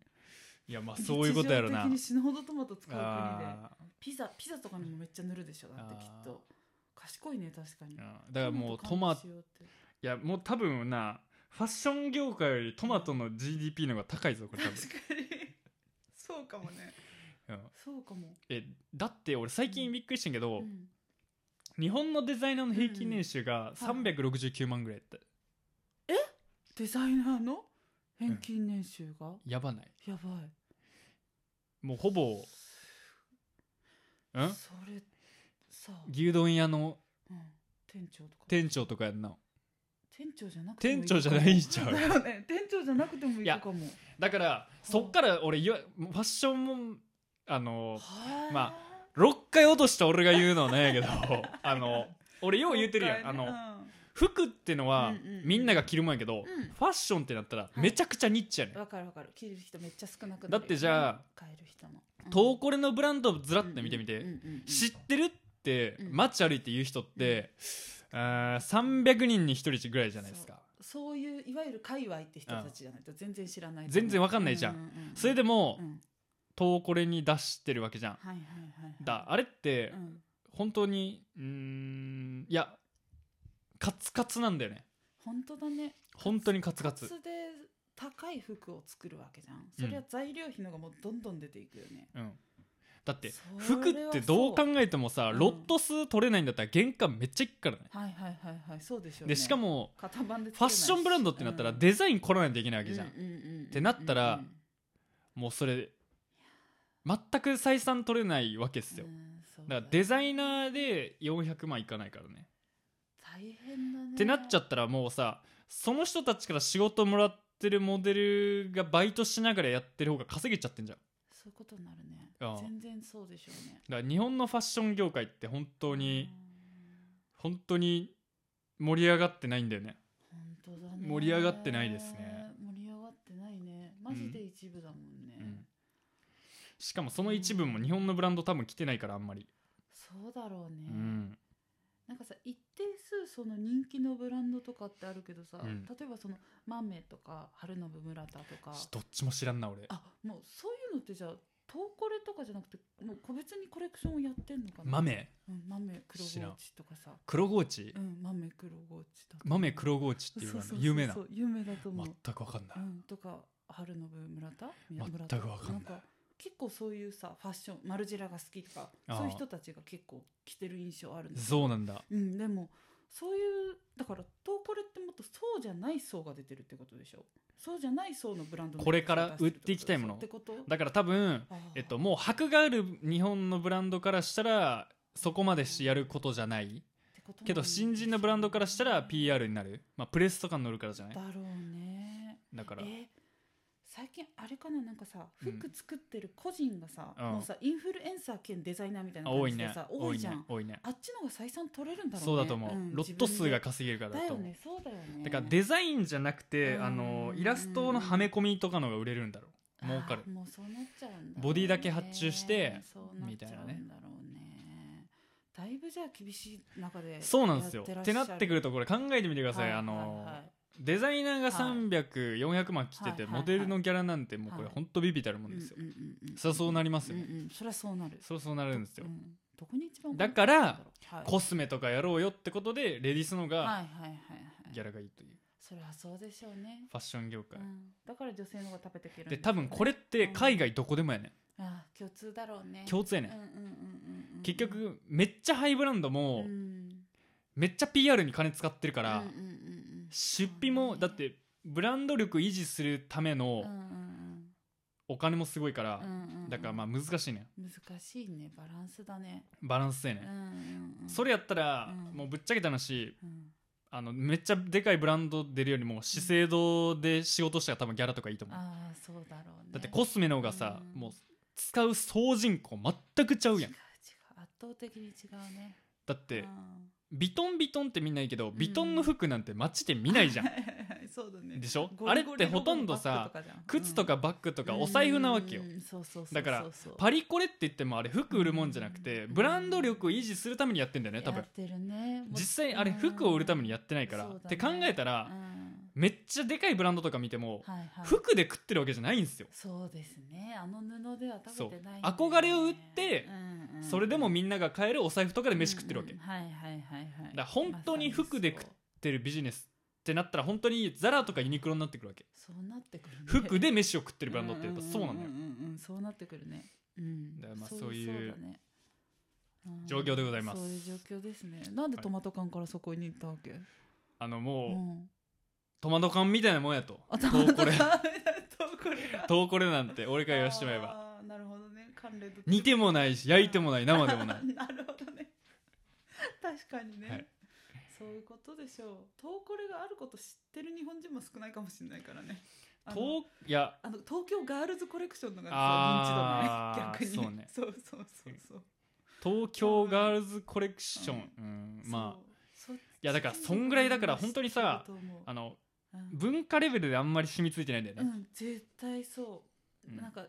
Speaker 1: いやまあそういうことやろ
Speaker 2: 日常
Speaker 1: な
Speaker 2: 的に死ぬほどトマト使う国で
Speaker 1: あー
Speaker 2: ピザピザとかにもめっちゃ塗るでしょだってきっと賢いね確かにだ
Speaker 1: うんだからもうトマトいやもう多分なファッション業界よりトマトの GDP の方が高いぞこれ多
Speaker 2: 確
Speaker 1: 分、
Speaker 2: かにそうかもね
Speaker 1: うん
Speaker 2: そうかも、
Speaker 1: えだって俺最近びっくりしてんけど、
Speaker 2: うん
Speaker 1: 日本のデザイナーの平均年収が
Speaker 2: うんうん
Speaker 1: 369万ぐらいって、
Speaker 2: デザイナーの返金年収が、
Speaker 1: やばない
Speaker 2: やばい
Speaker 1: もうほぼん
Speaker 2: それさ
Speaker 1: 牛丼屋の
Speaker 2: うん店長とか
Speaker 1: 店長とかやんな
Speaker 2: 店長じゃなくて
Speaker 1: 店
Speaker 2: もいい
Speaker 1: 長じゃないんちゃう
Speaker 2: だよね店長じゃなくてもいいのかも
Speaker 1: だからそっから俺いわファッションもあの
Speaker 2: はあ
Speaker 1: ま6回落とした俺が言うのは <laughs> なんやけどあの俺よう言ってるやんあ
Speaker 2: 今回
Speaker 1: の
Speaker 2: ね
Speaker 1: 服ってのは
Speaker 2: うんうんうん
Speaker 1: みんなが着るもんやけど
Speaker 2: うん
Speaker 1: ファッションってなったら
Speaker 2: い
Speaker 1: めちゃくちゃニッチやね
Speaker 2: うん
Speaker 1: ん
Speaker 2: わかるわかる着る人めっちゃ少なくなる
Speaker 1: だ
Speaker 2: よね
Speaker 1: ってじゃあ
Speaker 2: 買える人の
Speaker 1: 東コレのブランドず
Speaker 2: だ
Speaker 1: らって見てみて知
Speaker 2: 知
Speaker 1: ってるって
Speaker 2: うん
Speaker 1: 街歩いて言う人ってあー300人に1人ぐらいじゃないですか
Speaker 2: そういういわゆる界隈って人たちじゃないと全然知らない
Speaker 1: 全然わかんないじゃんそれでも
Speaker 2: もうん
Speaker 1: 東コレに出してるわけじゃん
Speaker 2: はいはいはいはい
Speaker 1: だあれって
Speaker 2: うん
Speaker 1: 本当にうーんいやカツカツなんだよね
Speaker 2: 本当だね
Speaker 1: 本当にカツカ
Speaker 2: カ
Speaker 1: ツ
Speaker 2: ツで高い服を作るわけじゃんそれは材料費のがもうどんどん出ていくよね
Speaker 1: うんだって
Speaker 2: それは
Speaker 1: 服
Speaker 2: そ
Speaker 1: っ
Speaker 2: う
Speaker 1: てどう考えてもさ
Speaker 2: うん
Speaker 1: ロット数取れないんだったら原価めっちゃいくからね
Speaker 2: はいはいはいはいそうでしょうね
Speaker 1: でしかも
Speaker 2: 型番でつけ
Speaker 1: ファ
Speaker 2: ない
Speaker 1: ッ
Speaker 2: し
Speaker 1: ションブランドってなったら
Speaker 2: うん
Speaker 1: デザイン来らないといけないわけじゃん
Speaker 2: うんうんうんうん
Speaker 1: ってなったら
Speaker 2: うん
Speaker 1: もうそれ全く採算取れないわけっすよ
Speaker 2: うんそう
Speaker 1: だ
Speaker 2: だ
Speaker 1: からデザイナーで400万いかないからね
Speaker 2: 大変だね
Speaker 1: ってなっちゃったらもうさその人たちから仕事もらってるモデルがバイトしながらやってる方が稼げちゃってんじゃん
Speaker 2: そういうことになるね
Speaker 1: ああ
Speaker 2: 全然そうでしょうね
Speaker 1: だから日本のファッション業界って本当に
Speaker 2: うん
Speaker 1: 本当に盛り上がってないんだよね
Speaker 2: 本当だね
Speaker 1: 盛り上がってないですね
Speaker 2: 盛り上がってないねマジで一部だもんね、
Speaker 1: うんしかもその一部も日本のブランド多分来てないからあんまり
Speaker 2: そうだろうね、
Speaker 1: うん
Speaker 2: なんかさ一定数その人気のブランドとかってあるけどさ、
Speaker 1: うん
Speaker 2: 例えばそのマメとか春信村田とか
Speaker 1: どっちも知らんな俺
Speaker 2: あもうそういうのってじゃあ東コレとかじゃなくてもう個別にコレクションをやってんのかな
Speaker 1: 豆
Speaker 2: うん、豆黒ゴ
Speaker 1: 知ら
Speaker 2: ー
Speaker 1: ん
Speaker 2: チとかさ
Speaker 1: 黒ゴーチ
Speaker 2: うん豆黒ゴーチとか
Speaker 1: 豆黒ゴーチっていう
Speaker 2: そう
Speaker 1: の
Speaker 2: そうそう
Speaker 1: 有名な
Speaker 2: そう有名だと思う、
Speaker 1: 全く分かんな
Speaker 2: う
Speaker 1: い
Speaker 2: ん、とか春信村田
Speaker 1: 全く
Speaker 2: 村田
Speaker 1: わかんない
Speaker 2: か結構そういうさファッションマルジェラが好きとか
Speaker 1: ああ
Speaker 2: そういう人たちが結構着てる印象あるんです
Speaker 1: そうなんだ
Speaker 2: うん、でもそういうだから東コレってもっとそうじゃない層が出てるってことでしょそうじゃない層のブランドの
Speaker 1: これから売っていきたいもの
Speaker 2: ってこと
Speaker 1: だから多分
Speaker 2: あー
Speaker 1: えっともう箔がある日本のブランドからしたらそこまでしてやることじゃない
Speaker 2: ってことなん
Speaker 1: けど新人のブランドからしたら PR になるまあプレスとかに乗るからじゃない
Speaker 2: だろうね
Speaker 1: だから
Speaker 2: え最近あれかななんかさ
Speaker 1: うん
Speaker 2: 服作ってる個人がさ、
Speaker 1: うん
Speaker 2: もうさインフルエンサー兼デザイナーみたいな
Speaker 1: あ
Speaker 2: 感
Speaker 1: 多い
Speaker 2: じで
Speaker 1: ね
Speaker 2: さ多い,、
Speaker 1: 多い
Speaker 2: じゃん、
Speaker 1: ね多いね
Speaker 2: あっちの方が採算取れるんだろうね
Speaker 1: そうだと思う、
Speaker 2: ん
Speaker 1: ロット数が
Speaker 2: 自
Speaker 1: 稼げるからだ
Speaker 2: 分でだ
Speaker 1: と
Speaker 2: よ
Speaker 1: 思う
Speaker 2: ねそうだよね
Speaker 1: だからデザインじゃなくて
Speaker 2: うん
Speaker 1: あのイラストのはめ込みとかのが売れるんだろう儲かる
Speaker 2: あーもうそうなっちゃうんだろうね、
Speaker 1: ボディだけ発注してみたいなね
Speaker 2: そうっちゃうんだろうねだいぶじゃあ厳しい中で
Speaker 1: そうなんですよ
Speaker 2: や
Speaker 1: ってなってくるとこれ考えてみてください、
Speaker 2: はい
Speaker 1: あの
Speaker 2: はいはい
Speaker 1: デザイナーが
Speaker 2: はい
Speaker 1: 300400、400万来てて、
Speaker 2: はいはいはい
Speaker 1: モデルのギャラなんてもうこれ
Speaker 2: はい
Speaker 1: ほんとビビたるもんですよ、
Speaker 2: うんうんうんうん
Speaker 1: そりゃそうなりますよね
Speaker 2: うんうんそりゃそうなる
Speaker 1: そうそうなるんですよ、
Speaker 2: うんどこに一番
Speaker 1: だから
Speaker 2: お金かかるんだろう、
Speaker 1: コスメとかやろうよってことでレディースの方
Speaker 2: はい、は
Speaker 1: が
Speaker 2: いはいはい
Speaker 1: ギ
Speaker 2: は
Speaker 1: ャラ
Speaker 2: い
Speaker 1: がいいという
Speaker 2: それはそうでしょうね、
Speaker 1: ファッション業界、
Speaker 2: うん、だから女性の方が食べていけるん
Speaker 1: で
Speaker 2: しょ
Speaker 1: 多
Speaker 2: うね
Speaker 1: 分これって海外どこでもやね
Speaker 2: あー共通だろうね
Speaker 1: ん共通や
Speaker 2: う
Speaker 1: ね
Speaker 2: んうん
Speaker 1: ん、
Speaker 2: うんうんうん
Speaker 1: 結局めっちゃハイブランド
Speaker 2: う
Speaker 1: も、
Speaker 2: ん
Speaker 1: めっちゃ PR に金使ってるから、
Speaker 2: うんうんうんうん
Speaker 1: 出費もだってブランド力維持するため
Speaker 2: う
Speaker 1: の
Speaker 2: んうん
Speaker 1: お金もすごいから、
Speaker 2: うんうんうんうん
Speaker 1: だからまあ難しいね
Speaker 2: 難しいねバランスだね、
Speaker 1: バランスや
Speaker 2: うん
Speaker 1: ね、
Speaker 2: うんうん、
Speaker 1: それやったら、
Speaker 2: うん
Speaker 1: もうぶっちゃけた話
Speaker 2: うん、
Speaker 1: あのめっちゃでかいブランド出るよりも資生堂で仕事したら多分ギャラとかいいと思う、
Speaker 2: ああそうだろうね
Speaker 1: だってコスメの方がさ、
Speaker 2: うん
Speaker 1: もう使う総人口全くちゃうやん
Speaker 2: 違う違う圧倒的に違うね
Speaker 1: だって
Speaker 2: うん
Speaker 1: ビトンビトンってみんないいけど
Speaker 2: ん
Speaker 1: ビトンの服なんて街で見ないじゃん、
Speaker 2: はいはいはい <laughs> そうだね
Speaker 1: でしょ
Speaker 2: ゴリ
Speaker 1: あ
Speaker 2: ゴ
Speaker 1: れ
Speaker 2: リ
Speaker 1: ってほとんど
Speaker 2: ロゴのバッ
Speaker 1: さ
Speaker 2: グかじゃん
Speaker 1: 靴とかバッグとかお財布なわけよ、
Speaker 2: うんうんそうそうそう
Speaker 1: だから
Speaker 2: そうそう
Speaker 1: パリコレって言ってもあれ服売るもんじゃなくて
Speaker 2: うん
Speaker 1: ブランド力を維持するためにやってんだよね多
Speaker 2: や
Speaker 1: 分
Speaker 2: ってるねもう
Speaker 1: 実際あれ服を売るためにやってないから、
Speaker 2: うんそう
Speaker 1: っ
Speaker 2: だ
Speaker 1: て
Speaker 2: ね
Speaker 1: 考えたら
Speaker 2: う、ん
Speaker 1: めっちゃでかいブランドとか見ても、
Speaker 2: はいはい
Speaker 1: 服で食ってるわけじゃないんですよ、
Speaker 2: そうですねあの布では食べてないんだよね、
Speaker 1: そう憧れを売って
Speaker 2: うんうん
Speaker 1: それでもみんなが買えるお財布とかで飯食ってるわけ、
Speaker 2: うんう
Speaker 1: 売
Speaker 2: んはいはいはいはい
Speaker 1: だから本当に服で食っってるビジネスってなったら本当にザラとかユニクロになってくるわけ
Speaker 2: そうそうなってくる、ね、
Speaker 1: 服で
Speaker 2: っ
Speaker 1: 飯を食ってるブランドってやっぱそうなんだよ、
Speaker 2: うんうんうんそうなってくるね、うん、
Speaker 1: だからまあ
Speaker 2: そ
Speaker 1: そういう
Speaker 2: だねうん
Speaker 1: 状況でございます
Speaker 2: そういう状況ですねなんでトマト缶からそこに行ったわけ、
Speaker 1: あの
Speaker 2: う
Speaker 1: もう、
Speaker 2: ん、
Speaker 1: トマト缶みたいなもんやと <laughs>
Speaker 2: あ
Speaker 1: ト
Speaker 2: トマ
Speaker 1: ー
Speaker 2: ト
Speaker 1: コ
Speaker 2: 缶 <laughs>
Speaker 1: レ
Speaker 2: これが
Speaker 1: トーコレなんて俺から言わしてもらえば
Speaker 2: あーなるほどね関連と <laughs>
Speaker 1: 煮てもないし焼いてもない生でもない
Speaker 2: なるほどね確かにね、
Speaker 1: はい
Speaker 2: そういうことでしょう東コレがあること知ってる日本人も少ないかもしれないからねあの
Speaker 1: 東いや
Speaker 2: あの東京ガールズコレクションのが
Speaker 1: あー
Speaker 2: さ認知度ない逆にそうそうそうそう
Speaker 1: 東京ガールズコレクション、うんまあ
Speaker 2: あい
Speaker 1: いやだからそんぐらいだから本当にさあの文化レベルであんまり染みついてないんだよ
Speaker 2: う
Speaker 1: ね、
Speaker 2: ん、絶対そう、
Speaker 1: うん
Speaker 2: なんかん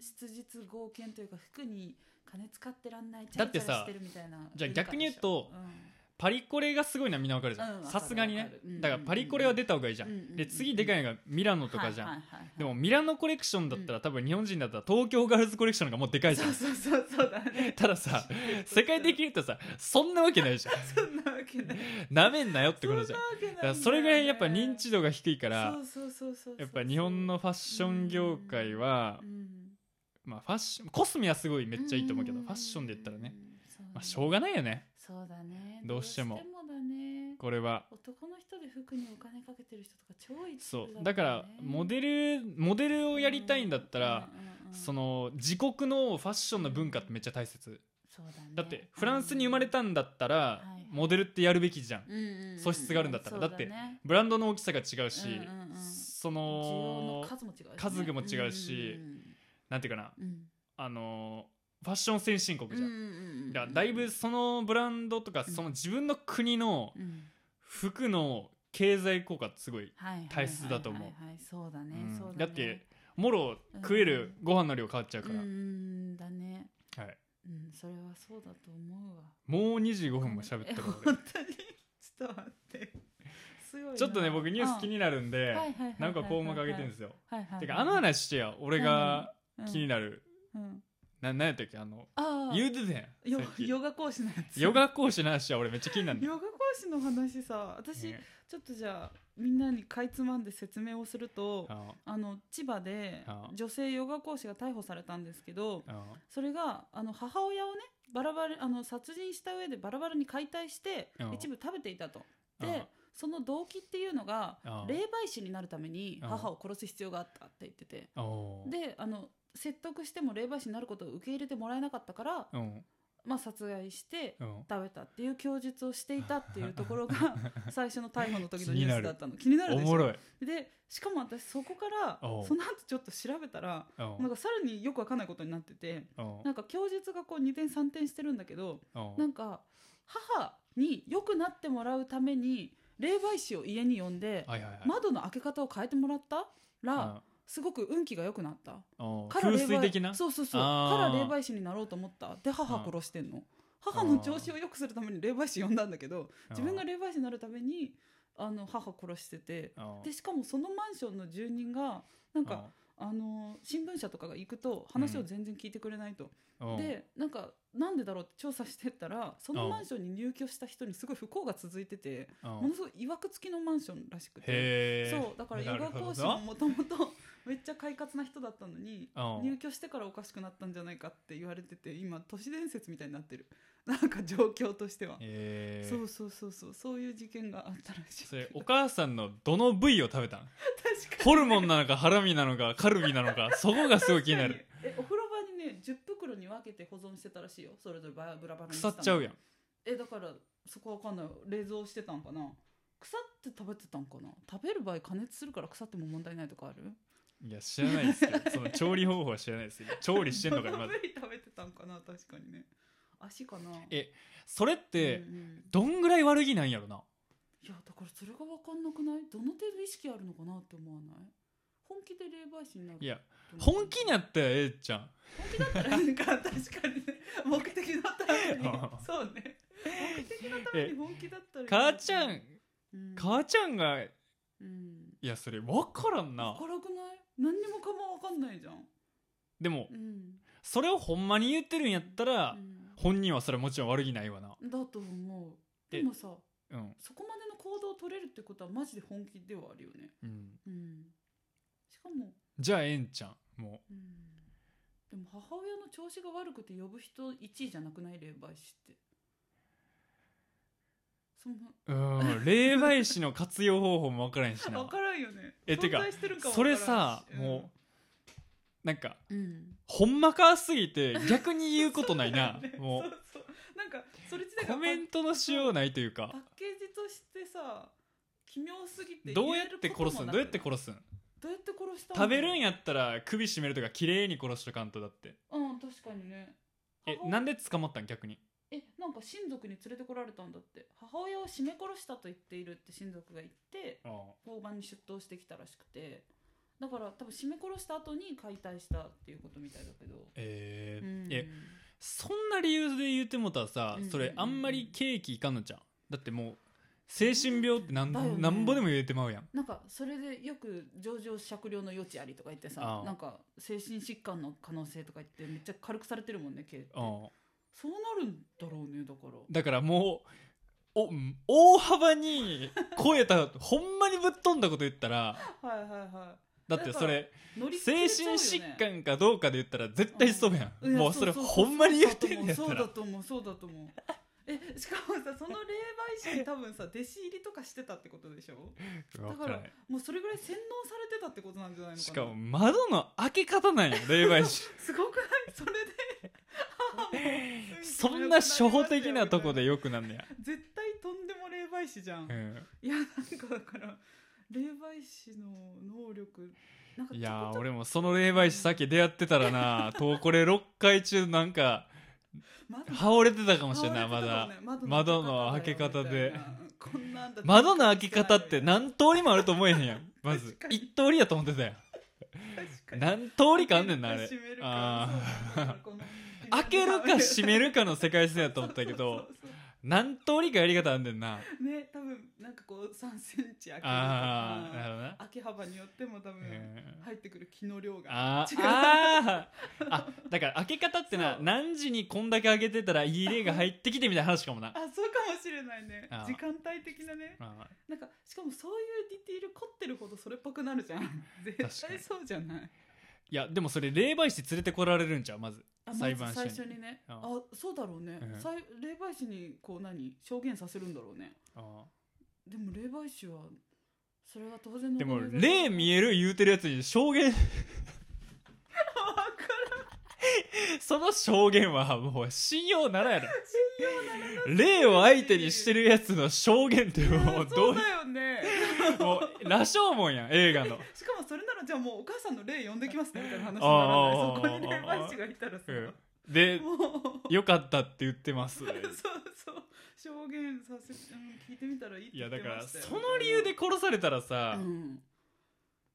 Speaker 2: 質実剛健というか服に金使ってらんない
Speaker 1: だってさ
Speaker 2: チャラチャラしてるみたいな
Speaker 1: じゃあ逆に言うと
Speaker 2: 文化でし
Speaker 1: パリコレがすごいのはみんなわかるじゃ
Speaker 2: うんん
Speaker 1: さすがに
Speaker 2: わ
Speaker 1: ね
Speaker 2: かるわかるうん
Speaker 1: だからパリコレは出た方がいいじゃん、
Speaker 2: うんうんうん
Speaker 1: で次でかいのがミラ
Speaker 2: ょう
Speaker 1: ノ
Speaker 2: ん
Speaker 1: とかじゃん、
Speaker 2: はいはいはいはい
Speaker 1: でもミラノコレクションだったら多分日本人だったら東京ガールズコレクションの方がもうでかいじゃ
Speaker 2: そうん <laughs> そうそうそうだね
Speaker 1: たださ世界的に言うとさそんなわけないじゃん
Speaker 2: そんなわけない
Speaker 1: なめんなよって
Speaker 2: そん
Speaker 1: こ
Speaker 2: な
Speaker 1: と
Speaker 2: わ
Speaker 1: じゃん
Speaker 2: けない
Speaker 1: だ
Speaker 2: んだ
Speaker 1: か
Speaker 2: よ
Speaker 1: ら
Speaker 2: ね
Speaker 1: それぐらいやっぱ認知度が低いから
Speaker 2: そうそうそうそうそう
Speaker 1: やっぱ日本のファッション業界は
Speaker 2: う、ん
Speaker 1: まあ、ファッションコスメはすごいめっちゃいいと思うけど
Speaker 2: ん
Speaker 1: ファッションで言ったらね、
Speaker 2: そうだね
Speaker 1: まあ、しょうがないよね
Speaker 2: そうだね
Speaker 1: どうしても
Speaker 2: どうだね
Speaker 1: これは
Speaker 2: 男の人で服にお金かけてる人とか超い
Speaker 1: そうだからモデルモデルをやりたいんだったら、そ
Speaker 2: の
Speaker 1: の自国のファッションの文化ってめっちゃ大切
Speaker 2: そうだ,、ね、
Speaker 1: だってフランスに生まれたんだったら
Speaker 2: はい
Speaker 1: モデルってやるべきじゃん
Speaker 2: うんうんうん
Speaker 1: 素質があるんだったら
Speaker 2: そう
Speaker 1: だって
Speaker 2: ね
Speaker 1: ブランドの大きさが違うし、
Speaker 2: うんうんうん
Speaker 1: そ
Speaker 2: 需要
Speaker 1: の
Speaker 2: の数も違うしね、
Speaker 1: 数も違うしなんていうかなあのファッション先進国じゃん、だからだいぶそのブランドとか
Speaker 2: うん
Speaker 1: その自分の国の服の経済効果ってすごい体質だと思う
Speaker 2: はいはいはいはいそうだね、
Speaker 1: うん
Speaker 2: そうだね
Speaker 1: だってもろ食えるご飯の量変わっちゃう
Speaker 2: う
Speaker 1: から、
Speaker 2: んだね
Speaker 1: はい、
Speaker 2: うんそれはそうだと思うわ
Speaker 1: もう25分も喋った
Speaker 2: え
Speaker 1: か
Speaker 2: <laughs> 本当にちょっと待ってすごい
Speaker 1: ら
Speaker 2: な
Speaker 1: ちょっとね僕ニュース気になるん
Speaker 2: う
Speaker 1: で
Speaker 2: んはいはいはいはい
Speaker 1: なんか項目上げてるんですよ
Speaker 2: はいはいはい
Speaker 1: てかあの話してや俺が
Speaker 2: うん
Speaker 1: 気になる
Speaker 2: うん
Speaker 1: な何やったっけあの
Speaker 2: ああ
Speaker 1: 言うてたやん
Speaker 2: ヨ
Speaker 1: さっき <laughs>
Speaker 2: ヨガ講師のやつ
Speaker 1: ヨガ講師の話は俺めっちゃ気になるんだ
Speaker 2: ヨガ講師の話さ私、
Speaker 1: ね
Speaker 2: ちょっとじゃあみんなにかいつまんで説明をすると
Speaker 1: あの
Speaker 2: あの千葉で
Speaker 1: あ
Speaker 2: 女性ヨガ講師が逮捕されたんですけど
Speaker 1: あの
Speaker 2: それがあの母親をねバラバラあの殺人した上でバラバラに解体して
Speaker 1: あ
Speaker 2: 一部食べていたと。
Speaker 1: あ
Speaker 2: でその動機っていうのが
Speaker 1: あ
Speaker 2: 霊媒師になるために
Speaker 1: あ
Speaker 2: 母を殺す必要があったって言ってて
Speaker 1: おー
Speaker 2: であの説得しても霊媒師になることを受け入れてもらえなかったから、
Speaker 1: うん
Speaker 2: まあ、殺害して
Speaker 1: うん
Speaker 2: 食べたっていう供述をしていたっていうと
Speaker 1: <laughs>
Speaker 2: ころが最初の逮捕の時のニュースだったの気になる
Speaker 1: お
Speaker 2: でし
Speaker 1: も
Speaker 2: ょ
Speaker 1: ろい
Speaker 2: でしかも私そこから
Speaker 1: おう
Speaker 2: その後ちょっと調べたら
Speaker 1: うん
Speaker 2: なんかさらによくわかんないことになってて
Speaker 1: うん
Speaker 2: なんか供述がこう2点3点してるんだけど
Speaker 1: うん
Speaker 2: なんか母に良くなってもらうために霊媒師を家に呼んで
Speaker 1: はいはいはい
Speaker 2: 窓の開け方を変えてもらったら
Speaker 1: う
Speaker 2: すごく運気が良くなった
Speaker 1: んうん
Speaker 2: から霊
Speaker 1: 風
Speaker 2: 媒
Speaker 1: 水的な
Speaker 2: そうそうそう
Speaker 1: あー
Speaker 2: から霊媒師になろうと思ったで母殺してんの母の調子を良くするために霊媒師呼んだんだけど自分が霊媒師になるためにあの母殺してて
Speaker 1: うん
Speaker 2: でしかもそのマンションの住人がなんかあの新聞社とかが行くと話を全然聞いてくれないと、
Speaker 1: うんうん
Speaker 2: でなんかなんでだろうって調査してったらその
Speaker 1: うん
Speaker 2: マンションに入居した人にすごい不幸が続いてて
Speaker 1: うん
Speaker 2: ものすごい曰く付きのマンションらしくて
Speaker 1: へえ
Speaker 2: そうだからヨガ講師ももともと <laughs> めっちゃ快活な人だったのに入居してからおかしくなったんじゃないかって言われてて今都市伝説みたいになってる <laughs> なんか状況としては、
Speaker 1: え
Speaker 2: そうそうそうそうそういう事件があったらしい
Speaker 1: それ
Speaker 2: けど
Speaker 1: お
Speaker 2: <laughs>
Speaker 1: 母さんのどの部位を食べたん
Speaker 2: 確かに
Speaker 1: ホルモンなのかハラミなのかカルビなのかそこがすごい気になる
Speaker 2: えお風呂場にね10袋に分けて保存してたらしいよそれぞれバラバラにした
Speaker 1: 腐
Speaker 2: の
Speaker 1: っちゃうやん
Speaker 2: えだからそこわかんない冷蔵してたんかな腐って食べてたんかな食べる場合加熱するから腐っても問題ないとかある
Speaker 1: いや知らないですけどその調理方法は知らないですよ調理してんのかよま
Speaker 2: <laughs> ど
Speaker 1: ず
Speaker 2: ぶり食べてたんかな確かにね足かな
Speaker 1: えそれって
Speaker 2: うんうん
Speaker 1: どんぐらい悪気なんやろない
Speaker 2: やだからそれがわかんなくないどの程度意識あるのかなって思わない本気で霊媒師になる
Speaker 1: いや本気になったらええじゃん
Speaker 2: 本気だったらなんか確かにね目的のために
Speaker 1: あ
Speaker 2: そうね目的のために本気だったらいいな
Speaker 1: 母ちゃん
Speaker 2: うん
Speaker 1: 母ちゃんがい
Speaker 2: うん
Speaker 1: やそれ分からんな
Speaker 2: 辛くない何にもかもわかんないじゃん
Speaker 1: でも
Speaker 2: うん
Speaker 1: それをほんまに言ってるんやったら
Speaker 2: う、
Speaker 1: 本人はそれはもちろん悪気ないわなん
Speaker 2: だと思う
Speaker 1: え
Speaker 2: でもさ
Speaker 1: うん
Speaker 2: そこまでの行動を取れるってことはマジで本気ではあるよね
Speaker 1: うん
Speaker 2: うんしかも、
Speaker 1: じゃあええんちゃんも
Speaker 2: うん、でも母親の調子が悪くて呼ぶ人1位じゃなくない霊媒師ってその
Speaker 1: ううん霊媒師の活用方法も分からへん
Speaker 2: <laughs>
Speaker 1: しな
Speaker 2: 分からんよね
Speaker 1: えてか
Speaker 2: 存在してるんかも
Speaker 1: それさ、
Speaker 2: わからんし
Speaker 1: もうなんか
Speaker 2: うん、うん <laughs>
Speaker 1: ほんまかすぎて逆に言うことないな
Speaker 2: そうだね
Speaker 1: もう
Speaker 2: そうそうなんかそれ自体が
Speaker 1: コメントのしようないというか
Speaker 2: パッケージとしてさ奇妙すぎて
Speaker 1: どうやって殺すんどうやって
Speaker 2: す
Speaker 1: 殺すん
Speaker 2: どうやって殺したの
Speaker 1: 食べるんやったら首絞めるとか綺麗に殺しとかんとだって
Speaker 2: うん確かにね
Speaker 1: え
Speaker 2: 母親
Speaker 1: なんで捕まったん逆に
Speaker 2: えなんか親族に連れてこられたんだって母親を絞め殺したと言っているって親族が言って
Speaker 1: あ
Speaker 2: 交番に出頭してきたらしくてだから多分絞め殺した後に解体したっていうことみたいだけど
Speaker 1: え
Speaker 2: う
Speaker 1: ー
Speaker 2: ん
Speaker 1: えそんな理由で言ってもたらさ
Speaker 2: うん
Speaker 1: それあんまりケーキいかんのじゃんだってもう精神病ってなん
Speaker 2: だよね
Speaker 1: なんぼでも言えてまうやん
Speaker 2: なんかそれでよく上場酌量の余地ありとか言って
Speaker 1: あ
Speaker 2: さ
Speaker 1: あ
Speaker 2: なんか精神疾患の可能性とか言ってめっちゃ軽くされてるもんね刑って
Speaker 1: うん
Speaker 2: そうなるんだろうねだから
Speaker 1: だからもうお大幅に超えたほんまにぶっ飛んだこと言ったら
Speaker 2: はいはいは
Speaker 1: だってそれ
Speaker 2: い乗り切
Speaker 1: 精
Speaker 2: れち
Speaker 1: 神
Speaker 2: ゃうよね
Speaker 1: 疾患かどうかで言ったら絶対そうやん、
Speaker 2: いや
Speaker 1: もうそれほんまに言ってんねやった
Speaker 2: そうだ
Speaker 1: ら
Speaker 2: と思うそうだと思うそうだと思うえしかもさその霊媒師に多分さ弟子入りとかしてたってことでしょ
Speaker 1: わか
Speaker 2: だからら
Speaker 1: ん
Speaker 2: もうそれぐらい洗脳されてたってことなんじゃないのかな
Speaker 1: しかも窓の開け方なんや霊媒 <laughs> 師
Speaker 2: すごくないそれでああもう
Speaker 1: そんな初歩的なとこでよくなんねや、
Speaker 2: 絶対とんでも霊媒師じゃん、
Speaker 1: うん、
Speaker 2: いやなんかだから霊媒師の能力なんか
Speaker 1: い
Speaker 2: ちょ
Speaker 1: や
Speaker 2: こち
Speaker 1: ー
Speaker 2: ょこ
Speaker 1: 俺もその霊媒師さっき出会ってたらなとこれ6回中なんか
Speaker 2: 窓
Speaker 1: 羽織れてたかもしれないま
Speaker 2: 倒れてた
Speaker 1: だ
Speaker 2: もんね
Speaker 1: 窓の開け方で
Speaker 2: 窓の開け方だよみたいなこんなんだ
Speaker 1: 窓の開け方って何通りもあると思えへんやんまず
Speaker 2: 確かに
Speaker 1: 一通りやと思ってたやん
Speaker 2: 確かに
Speaker 1: 何通りかあんねんなあれ
Speaker 2: 開けるか閉
Speaker 1: あー
Speaker 2: めるかそうだねこの
Speaker 1: 開けるか閉めるかの世界線やと思ったけど
Speaker 2: そうそう
Speaker 1: 何通りかやり方あんねんな
Speaker 2: そうね多分なんかこう3センチ開けると
Speaker 1: あーなる
Speaker 2: か
Speaker 1: ほどな、
Speaker 2: 開け幅によっても多
Speaker 1: う
Speaker 2: 分
Speaker 1: ん
Speaker 2: 入ってくる気の量が
Speaker 1: あー
Speaker 2: 違う
Speaker 1: あーあだから開け方ってな
Speaker 2: そう
Speaker 1: 何時にこんだけ開けてたらいい例が入ってきてみたいな話かもな
Speaker 2: あそうかもしれないね
Speaker 1: あー
Speaker 2: 時間帯的なね
Speaker 1: あ
Speaker 2: なんかしかもそういうディティール凝ってるほどそれっぽくなるじゃん絶
Speaker 1: <laughs> 確か
Speaker 2: 対
Speaker 1: に
Speaker 2: そうじゃない
Speaker 1: ーいやでもそれ霊媒師連れてこられるんちゃうまず
Speaker 2: あまず
Speaker 1: 裁判所に
Speaker 2: 最初にね
Speaker 1: うん
Speaker 2: あそうだろうね、
Speaker 1: うん
Speaker 2: さい霊媒師にこう何証言させるんだろうね
Speaker 1: あ
Speaker 2: でも霊媒師はそれが当然
Speaker 1: ー
Speaker 2: の
Speaker 1: でも
Speaker 2: 行いだと
Speaker 1: 霊見える言うてるやつに証言
Speaker 2: わか
Speaker 1: その証言はもう信用ならんやろ
Speaker 2: る
Speaker 1: 霊を相手にしてるやつの証言ってもうど
Speaker 2: そううだよね
Speaker 1: もう羅生門やん映画の
Speaker 2: しかもそれならじゃあもうお母さんの霊呼んできますねみたいな話に
Speaker 1: あー
Speaker 2: ならないそこに霊媒師がいたらさ、
Speaker 1: うんで
Speaker 2: もう
Speaker 1: よかったって言ってます
Speaker 2: <laughs> そうそう証言させ、うん、聞いてみたらいいって
Speaker 1: い
Speaker 2: 言
Speaker 1: や
Speaker 2: って
Speaker 1: だから
Speaker 2: ましたよ
Speaker 1: その理由で殺されたらさ、
Speaker 2: うん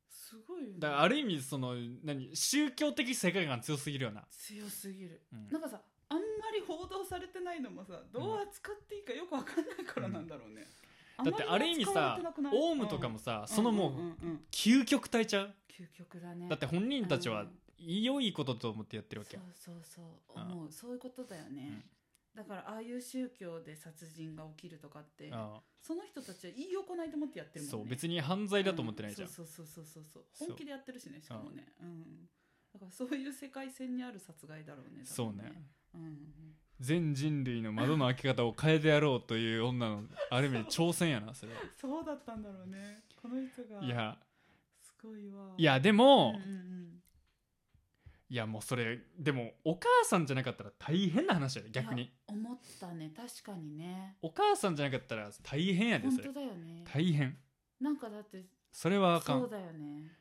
Speaker 2: すごいよね
Speaker 1: だからある意味その何宗教的世界観強すぎるよな、
Speaker 2: 強すぎる
Speaker 1: うん
Speaker 2: なんかさあんまり報道されてないのもさどう扱っていいかよくわかんないからなんだろうね、
Speaker 1: だってある意味さオウムとかも
Speaker 2: さ
Speaker 1: さ、そのもう
Speaker 2: うんうんうん
Speaker 1: 究極体ちゃう
Speaker 2: 究極だね
Speaker 1: だって本人たちは
Speaker 2: うん
Speaker 1: 良いことと思ってやってるわけやん
Speaker 2: そうそうそう
Speaker 1: うん
Speaker 2: 思うそういうことだよね、だからああいう宗教で殺人が起きるとかって
Speaker 1: あ
Speaker 2: その人たちは言い行いと思ってやってるもんね
Speaker 1: そう別に犯罪だと思ってないじゃん、
Speaker 2: うそうそうそうそうそう
Speaker 1: そう
Speaker 2: 本気でやってるしねしかもねうんだからそういう世界線にある殺害だろうね
Speaker 1: そうね
Speaker 2: 多分ね
Speaker 1: 全人類の窓の開け方を変えてやろうという女
Speaker 2: <laughs>
Speaker 1: のある意味挑戦やなそれは
Speaker 2: うんうんそうだったんだろうねこの人が
Speaker 1: いや
Speaker 2: すごいわ
Speaker 1: いやで
Speaker 2: うん
Speaker 1: も
Speaker 2: う、んうん
Speaker 1: いやもうそれでもお母さんじゃなかったら大変な話やで逆
Speaker 2: いや
Speaker 1: に
Speaker 2: 思ったね確かにね
Speaker 1: お母さんじゃなかったら大変やで
Speaker 2: 本
Speaker 1: それ
Speaker 2: 当だよね
Speaker 1: 大変
Speaker 2: なんかだって
Speaker 1: それはあか
Speaker 2: そうんだよね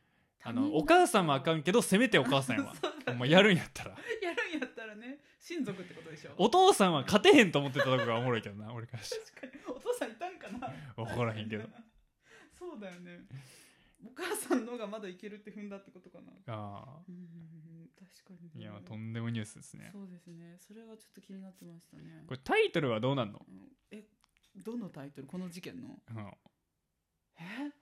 Speaker 1: あ
Speaker 2: 他
Speaker 1: の
Speaker 2: 人
Speaker 1: お母さんはあかんけどせめてお母さ
Speaker 2: <laughs>
Speaker 1: んはお前やるんやったら
Speaker 2: やるんやったらね親族ってことでしょ
Speaker 1: お父さんは勝てへんと思ってたとこがおもろいけどな俺からし
Speaker 2: 確かにお父さんいたんかな
Speaker 1: たら怒らへんけど
Speaker 2: <laughs> そうだよねお母さんの方がまだいけるって踏んだってことかな
Speaker 1: あ
Speaker 2: うんうんうん確かに
Speaker 1: あ
Speaker 2: ね
Speaker 1: いやとんでもニュースですね
Speaker 2: そうですねそれはちょっと気になってましたね
Speaker 1: これタイトルはどうなんの、
Speaker 2: うんえどのタイトルこの事件の
Speaker 1: うん、
Speaker 2: え、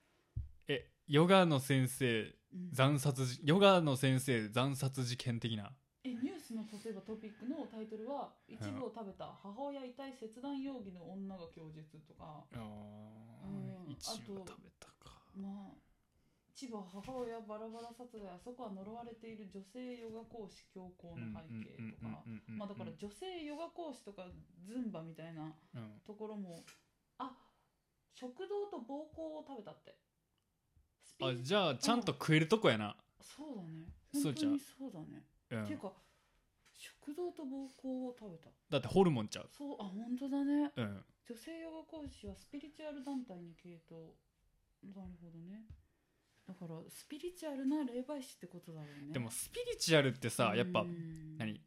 Speaker 1: えヨガの先生
Speaker 2: うん
Speaker 1: 惨殺じヨガの先生惨殺事件的な
Speaker 2: えニュースの例えばトピックのタイトルは「一部を食べた母親遺体切断容疑の女が供述」とか
Speaker 1: ああ
Speaker 2: うん
Speaker 1: 一
Speaker 2: あと
Speaker 1: 応食べたか
Speaker 2: まあ一部は母親バラバラ殺害あそこは呪われている女性ヨガ講師強行の背景とかまあだから女性ヨガ講師とかズンバみたいな
Speaker 1: うん
Speaker 2: ところもあ食堂と暴行を食べたってスピ
Speaker 1: あ
Speaker 2: ーチ
Speaker 1: じゃあちゃんと食えるとこやな、
Speaker 2: そうだね
Speaker 1: そ
Speaker 2: 本
Speaker 1: う
Speaker 2: 当
Speaker 1: じゃん
Speaker 2: にそうだね
Speaker 1: うん
Speaker 2: っていうか食食道と膀胱を食べた
Speaker 1: だってホルモンちゃう
Speaker 2: そうあ本当だね
Speaker 1: うん
Speaker 2: 女性ヨガ講師はスピリチュアル団体に系統なるほどねだからスピリチュアルな霊媒師ってことだろうね
Speaker 1: でもスピリチュアルってさやっぱ
Speaker 2: うん
Speaker 1: 何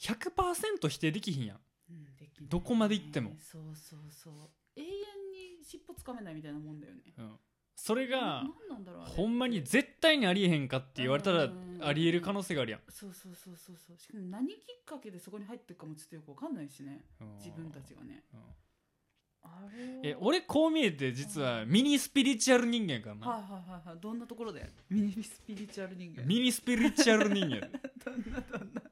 Speaker 1: 100%否定できひんやん
Speaker 2: うんできない
Speaker 1: どこまで行っても
Speaker 2: そうそうそう永遠に尻尾つかめないみたいなもんだよね
Speaker 1: うんそれ
Speaker 2: な
Speaker 1: が
Speaker 2: なんなんだろうあれ
Speaker 1: ほんまに絶対にありえへんかって言われた
Speaker 2: う
Speaker 1: ら
Speaker 2: ん
Speaker 1: ありえる可能性があるやん
Speaker 2: そうそうそうそうそうしかも何きっかけでそこに入ってるかもちょっとよくわかんないしね
Speaker 1: うん
Speaker 2: 自分たちがね
Speaker 1: うん
Speaker 2: あれは
Speaker 1: え俺こう見えて実はミニスピリチュアル人間やから
Speaker 2: はい
Speaker 1: な
Speaker 2: はいはいはいどんなところでミニスピリチュアル人間
Speaker 1: ミニスピリチュアル人間や
Speaker 2: <laughs>
Speaker 1: で
Speaker 2: どんなどんな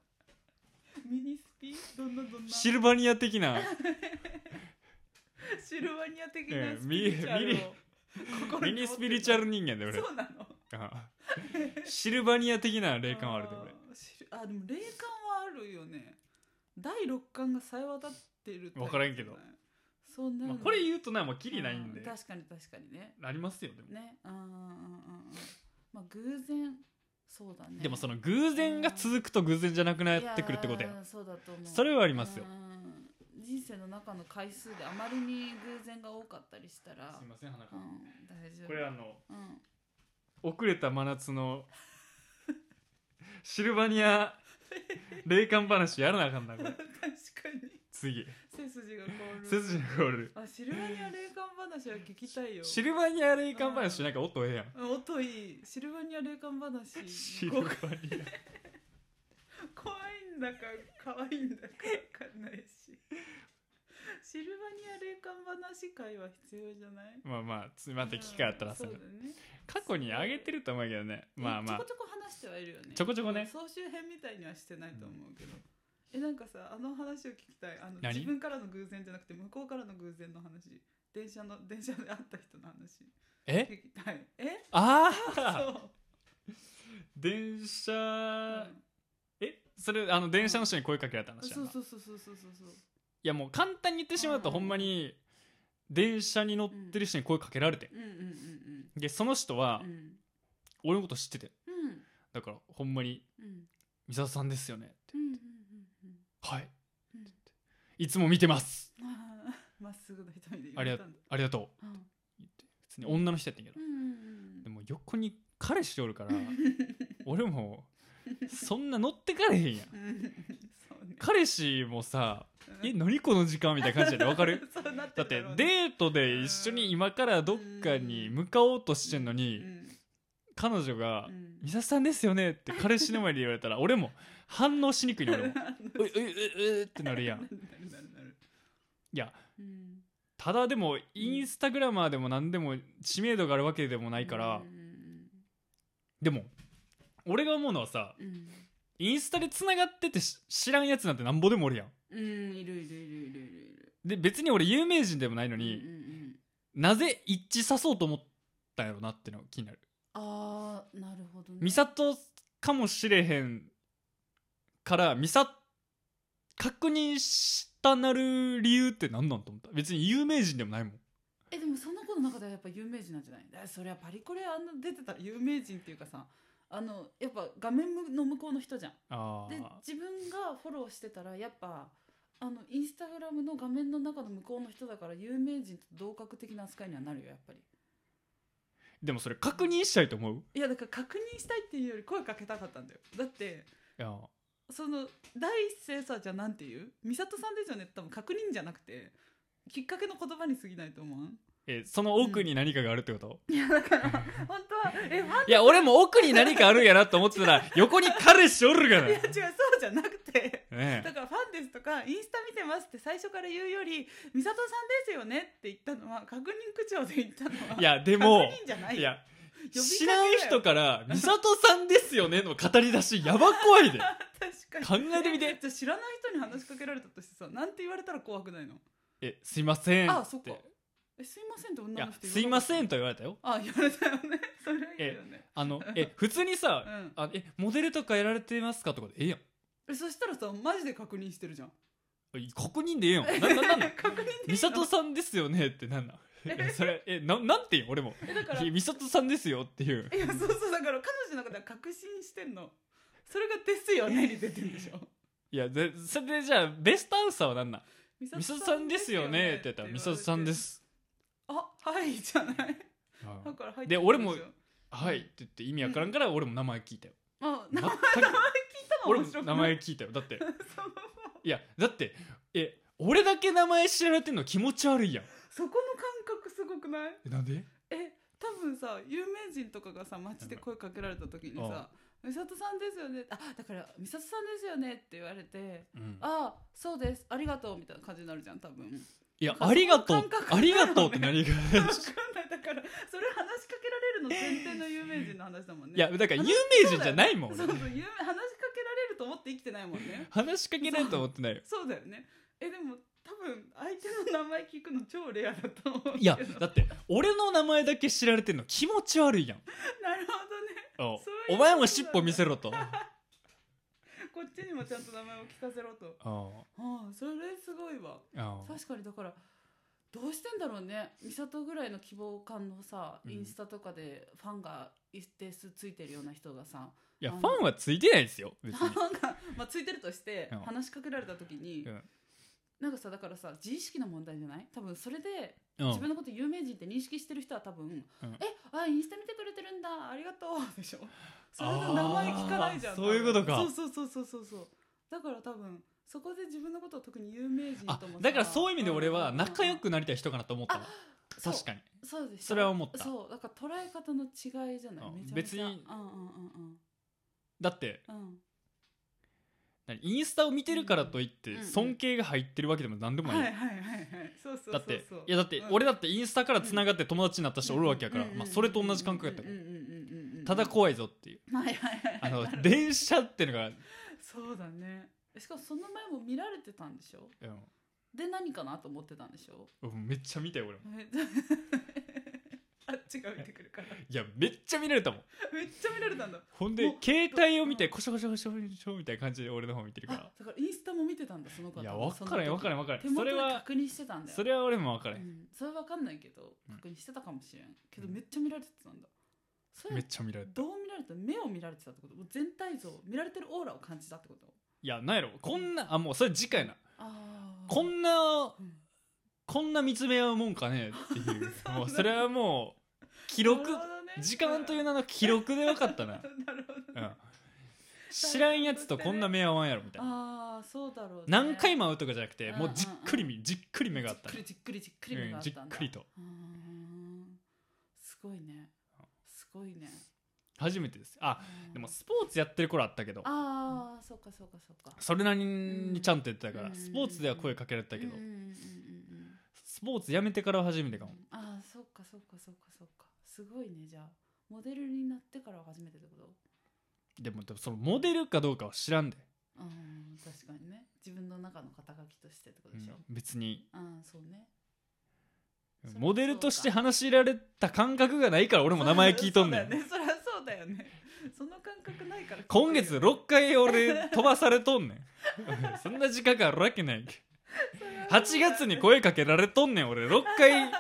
Speaker 2: ミニスピどんなどんな
Speaker 1: シルバニア的な
Speaker 2: シルバニア的
Speaker 1: え
Speaker 2: な
Speaker 1: え
Speaker 2: スピリチュアルを
Speaker 1: ミニミ
Speaker 2: 心に持ってる
Speaker 1: ニスピリチュアル人間で俺
Speaker 2: そうなの
Speaker 1: あシルバニア的な霊感はあるで俺
Speaker 2: ーシルあでも霊感はあるよね第六感がさえ渡ってるタイプじゃな
Speaker 1: わ
Speaker 2: い
Speaker 1: からんけど
Speaker 2: そんな
Speaker 1: ま
Speaker 2: の
Speaker 1: あこれ言うとなもうキリないんで
Speaker 2: う確かに確かにね
Speaker 1: ありますよでも
Speaker 2: ねうんうんうんうんまあ偶然そうだね
Speaker 1: でもその偶然が続くと偶然じゃなくなってくるってことや
Speaker 2: いーそうだと思う
Speaker 1: それはありますよ
Speaker 2: うん人生の中の回数であまりに偶然が多かったりしたら
Speaker 1: ません花
Speaker 2: うん大丈夫
Speaker 1: これあの
Speaker 2: うん
Speaker 1: 遅れた真夏
Speaker 2: <laughs>
Speaker 1: のシルバニア霊感話やらなあかんなこれ
Speaker 2: 確かに
Speaker 1: 次
Speaker 2: 背筋が凍る
Speaker 1: 背筋のゴール
Speaker 2: あシルバニア霊感話は聞きたいよ
Speaker 1: シルバニア霊感話なんか音ええやん
Speaker 2: うん音いいシルバニア霊感話
Speaker 1: シル
Speaker 2: こ
Speaker 1: バニア
Speaker 2: 怖いんだか可愛いんだか分かんないしシルバニア霊感話会は必要じゃない
Speaker 1: まあまあつまた機会あったら
Speaker 2: そ
Speaker 1: さ
Speaker 2: うだね
Speaker 1: 過去にあげてると思うけどねまあま
Speaker 2: ち
Speaker 1: あ
Speaker 2: ょこちょこ話してはいるよね
Speaker 1: ちょこちょこね
Speaker 2: 総集編みたいにはしてないと思うけど、えなんかさあの話を聞きたいあの
Speaker 1: 何
Speaker 2: 自分からの偶然じゃなくて向こうからの偶然の話電車の電車で会った人の話
Speaker 1: え
Speaker 2: 聞きたいえ
Speaker 1: あ <laughs>
Speaker 2: そ
Speaker 1: あ
Speaker 2: う、
Speaker 1: 電車、
Speaker 2: うん
Speaker 1: えそれあの電車の人に声かけられた話やん
Speaker 2: そ
Speaker 1: な
Speaker 2: うそうそうそうそうそうそう
Speaker 1: いやもう簡単に言ってしまうと
Speaker 2: うん
Speaker 1: ほんまに電車に乗ってる人に声かけられて、
Speaker 2: うんうんうん
Speaker 1: でその人は
Speaker 2: うんうん
Speaker 1: 俺のこと知ってて
Speaker 2: うん
Speaker 1: だからほんまに
Speaker 2: うん
Speaker 1: 「三沢さんですよね」って
Speaker 2: うんうん
Speaker 1: 「はい
Speaker 2: うんうん
Speaker 1: いつも見てます
Speaker 2: うんあーまっすぐな瞳で
Speaker 1: あり
Speaker 2: 言
Speaker 1: が
Speaker 2: ったんだ
Speaker 1: ありがとう
Speaker 2: うん」
Speaker 1: 普通に女の人やったんやけ
Speaker 2: う
Speaker 1: ど、
Speaker 2: んうん
Speaker 1: でも横に彼氏おるから俺も
Speaker 2: うん
Speaker 1: そんな乗ってかれへんやん
Speaker 2: うん <laughs> そうね
Speaker 1: 彼氏もさ「
Speaker 2: う
Speaker 1: え
Speaker 2: ん
Speaker 1: 何この時間」みたいな感じやでわかる
Speaker 2: <laughs> そうな
Speaker 1: だっ
Speaker 2: ってるだ
Speaker 1: て
Speaker 2: ろうね
Speaker 1: デートで一緒に今からどっかに向かおうとしてんの
Speaker 2: う
Speaker 1: に
Speaker 2: ん
Speaker 1: 彼女が
Speaker 2: う
Speaker 1: 「
Speaker 2: ん
Speaker 1: 美里さんですよね」って彼氏の前で言われたら俺も反応しにくいの俺も
Speaker 2: な
Speaker 1: 「
Speaker 2: <laughs>
Speaker 1: ういういういう」ってなるやん
Speaker 2: るなるなる
Speaker 1: いや
Speaker 2: うん
Speaker 1: ただでもインスタグラマーでも何でも知名度があるわけでもないから
Speaker 2: うん
Speaker 1: でも俺が思うのはさ
Speaker 2: うん
Speaker 1: インスタでつながっててし知らんやつなんてなんぼでもおるやん
Speaker 2: うんいるいるいるいるいるいる
Speaker 1: で別に俺有名人でもないのに、
Speaker 2: うんうんうん
Speaker 1: なぜ一致さそうと思ったんやろなってのが気になる
Speaker 2: あーなるほどね
Speaker 1: 美里かもしれへんから美里確認したなる理由って何なんと思った別に有名人でもないもん
Speaker 2: えでもその子の中ではやっぱ有名人なんじゃないだそりゃパリコレあんな出てたら有名人っていうかさあのやっぱ画面の向こうの人じゃん
Speaker 1: あ
Speaker 2: で自分がフォローしてたらやっぱあのインスタグラムの画面の中の向こうの人だから有名人と同格的な扱いにはなるよやっぱり
Speaker 1: でもそれ確認したいと思う
Speaker 2: いやだから確認したいっていうより声かけたかったんだよだって
Speaker 1: いや
Speaker 2: その第一声さじゃあなんて言う美里さんですよねって多分確認じゃなくてきっかけの言葉に過ぎないと思わん
Speaker 1: えその奥に何かがあるってこと、
Speaker 2: いやだから <laughs> 本当はえファン
Speaker 1: いや俺も奥に何かあるんやなと思ってたら横に彼氏おるか
Speaker 2: <laughs> いや違うそうじゃなくて
Speaker 1: らね
Speaker 2: だからファンですとかインスタ見てますって最初から言うより「美里さんですよね」って言ったのは確認口調で言ったのは
Speaker 1: えいやでも
Speaker 2: 確認じゃない
Speaker 1: いや
Speaker 2: 呼びかけだよ
Speaker 1: 知らん人から「美里さんですよね」の語り出しやば怖いで
Speaker 2: 確かに
Speaker 1: 考えてみて
Speaker 2: じゃあ知らない人に話しかけられたとしてさなんて言われたら怖くないの
Speaker 1: 「 <laughs> えすいません」
Speaker 2: あそ
Speaker 1: っ
Speaker 2: ってかえすいませんって
Speaker 1: い
Speaker 2: 女
Speaker 1: や
Speaker 2: の人言わなかっ
Speaker 1: 「
Speaker 2: た
Speaker 1: すいません」と言われたよ
Speaker 2: あ言われたよね <laughs> それはいいよね
Speaker 1: あ <laughs> のえ普通に
Speaker 2: う
Speaker 1: さ「
Speaker 2: ん
Speaker 1: あえモデルとかやられてますか?」とかでええやん
Speaker 2: えそしたらさマジで確認してるじゃん
Speaker 1: 確認でええやんなななん <laughs> なん
Speaker 2: <laughs> 確認でいいの
Speaker 1: 美里さんですよねってなんなんえそれえななんて言う俺も
Speaker 2: えだから
Speaker 1: いや美里さんですよっていう
Speaker 2: いやそうそうだから彼女の中では確信してんのそれが「ですよね」に出てるんでしょ
Speaker 1: いやでそれでじゃあベストアンサーは何なん
Speaker 2: 美
Speaker 1: 「みさとさんですよね」って言ったら「みさとさんです
Speaker 2: よね
Speaker 1: す
Speaker 2: あはいじゃない」
Speaker 1: は
Speaker 2: だ
Speaker 1: い
Speaker 2: から入って
Speaker 1: で
Speaker 2: くる
Speaker 1: 俺も
Speaker 2: んですよ
Speaker 1: はい」って言って意味わからんから俺も名前聞いたよ
Speaker 2: あ
Speaker 1: 全
Speaker 2: な
Speaker 1: く俺
Speaker 2: 面
Speaker 1: も
Speaker 2: 白くない
Speaker 1: 名前聞いたよだって
Speaker 2: <laughs> その
Speaker 1: いやだってえ俺だけ名前知られてんの気持ち悪いやん
Speaker 2: そこの感覚すごくない
Speaker 1: えなんで
Speaker 2: え多分さ有名人とかがさ街で声かけられた時にさ「美里さんですよね」あだから「美里さんですよね」って言われて
Speaker 1: うん
Speaker 2: 「ああそうですありがとう」みたいな感じになるじゃん多
Speaker 1: <laughs>
Speaker 2: 分
Speaker 1: いや
Speaker 2: その
Speaker 1: ありがとう
Speaker 2: 感覚だ
Speaker 1: あ
Speaker 2: よね
Speaker 1: りがとうって何が
Speaker 2: 分 <laughs> かんないだからそれ話しかけられるの前提の有名人の話だもんね
Speaker 1: いやだから有名人じゃないもん
Speaker 2: そう
Speaker 1: 俺
Speaker 2: そう有名話しかけられると思って生きてないもんね
Speaker 1: 話しかけられると思ってないよ
Speaker 2: そうだよねえでも多分相手の名前聞くの超レアだと思うけど
Speaker 1: いやだって俺の名前だけ知られてんの気持ち悪いやん
Speaker 2: <laughs> なるほどね
Speaker 1: お
Speaker 2: そういうこと
Speaker 1: お前も尻尾見せろ
Speaker 2: <laughs>
Speaker 1: と
Speaker 2: こっちにもちゃんと名前を聞かせろと
Speaker 1: お
Speaker 2: ああそれすごいわ
Speaker 1: お
Speaker 2: 確かにだからどうしてんだろうね美里ぐらいの希望感のさ
Speaker 1: うん
Speaker 2: インスタとかでファンが一定数ついてるような人がさ、
Speaker 1: いや
Speaker 2: あ
Speaker 1: フ
Speaker 2: の
Speaker 1: ァンはついてないですよ別
Speaker 2: ファ <laughs>
Speaker 1: に
Speaker 2: ンが、まあ、ついてるとして
Speaker 1: うん
Speaker 2: 話しかけられた時に、
Speaker 1: うん
Speaker 2: なんかさだからさ自意識の問題じゃない多分それで
Speaker 1: うん
Speaker 2: 自分のこと有名人って認識してる人は多分、えあインスタ見てくれてるんだありがとう
Speaker 1: <laughs>
Speaker 2: でしょそれで名前聞かないじゃん
Speaker 1: あーそういうことか
Speaker 2: 多分そうそうそうそうそうそうだから多分そこで自分のことを特に有名人
Speaker 1: あ
Speaker 2: とも
Speaker 1: だからそういう意味で俺は仲良
Speaker 2: く
Speaker 1: くなりたい人かなと思ったの
Speaker 2: そう
Speaker 1: 確かに
Speaker 2: そうでしょ
Speaker 1: それは思った
Speaker 2: そうだから捉え方の違いじゃない
Speaker 1: うん
Speaker 2: めちゃめ
Speaker 1: 別
Speaker 2: ちゃ
Speaker 1: に
Speaker 2: うんうん
Speaker 1: だって
Speaker 2: うんうん
Speaker 1: 何インスタを見てるからといっ
Speaker 2: うんう
Speaker 1: て
Speaker 2: ん
Speaker 1: 尊敬が入ってるわけでも何で
Speaker 2: うん
Speaker 1: も
Speaker 2: はい
Speaker 1: な
Speaker 2: はい
Speaker 1: い
Speaker 2: はいはいそうそうそうそう
Speaker 1: だっていやだって俺
Speaker 2: だ
Speaker 1: だってインスタからつながって友達になった人おるわけやからまあそれと同じ感覚やったからただ怖いぞっていう
Speaker 2: はいはいはい
Speaker 1: あ
Speaker 2: <laughs> なるほ
Speaker 1: の
Speaker 2: ど
Speaker 1: 電車っていうのが
Speaker 2: そうだねしかもその前も見られてたんでしょ
Speaker 1: うん
Speaker 2: で何かなと思ってたんでしょ <laughs>
Speaker 1: うんめっちゃ見たよ俺も
Speaker 2: えあっちが見てくるから
Speaker 1: いやめっちゃ見られたもん
Speaker 2: めっちゃ見られたんだ
Speaker 1: ほんで
Speaker 2: もう
Speaker 1: 携帯を見て
Speaker 2: うん
Speaker 1: コシャコシャコシャコシャみたいな感じで俺の方見てる
Speaker 2: あ
Speaker 1: か
Speaker 2: だからインスタも見てたんだその方
Speaker 1: らいや分からん分からん分から
Speaker 2: 手
Speaker 1: んそ
Speaker 2: 元で
Speaker 1: れは
Speaker 2: 確認してたんだよ
Speaker 1: それは俺も分から
Speaker 2: うんんそれは分かんないけど
Speaker 1: うん
Speaker 2: 確認してたかもしれんけど
Speaker 1: うん
Speaker 2: めっちゃ見られてたんだそれ
Speaker 1: め
Speaker 2: は
Speaker 1: っちゃ見られた
Speaker 2: どう見られた目を見られてたってこともう全体像見られてるオーラを感じたってこと
Speaker 1: いやなんやろこんなあもうそれ次回な
Speaker 2: ああ
Speaker 1: こんな
Speaker 2: うん
Speaker 1: こんな見つめ合うもんかねっていう
Speaker 2: <laughs> そう
Speaker 1: もうそれはもう記
Speaker 2: な
Speaker 1: 録
Speaker 2: るほどね
Speaker 1: 時間という名の記録で分かったな、
Speaker 2: <laughs> なるほど
Speaker 1: う
Speaker 2: ね
Speaker 1: ん、知らんやつとこんな目合わんやろみたいな、
Speaker 2: ああそうだろうね
Speaker 1: 何回も会うとかじゃなくて
Speaker 2: うん
Speaker 1: もうじっくり見じっくり目があったな
Speaker 2: じっくりじっくりじっくり目があったんだ、
Speaker 1: うんじっくりと
Speaker 2: うーんすごいねすごいね
Speaker 1: 初めてですあ
Speaker 2: うん
Speaker 1: でもスポーツやってる頃あったけど
Speaker 2: ああそうかそうかそうか
Speaker 1: それなりにちゃんとやってたか
Speaker 2: う
Speaker 1: ら
Speaker 2: ん
Speaker 1: スポーツでは声かけられてたけど
Speaker 2: うんうんうんうんうん
Speaker 1: スポーツやめてからは初めてかも
Speaker 2: ああそうかそうかそうかそうかすごいねじゃあモデルになってからは初めてってこと
Speaker 1: でもでもそのモデルかどうかは知らんで、
Speaker 2: うん確かにね自分の中の肩書きとしてってことでしょ、
Speaker 1: うん別に
Speaker 2: ああそうねそれはそうか
Speaker 1: モデルとして話し入れられた感覚がないから俺も名前聞いとんねん
Speaker 2: そうだよねそりゃそうだよねその感覚ないから
Speaker 1: 今月6回俺飛ばされとん <laughs> ねんそんな時間があるわけない8月に声かけられとんねん俺6回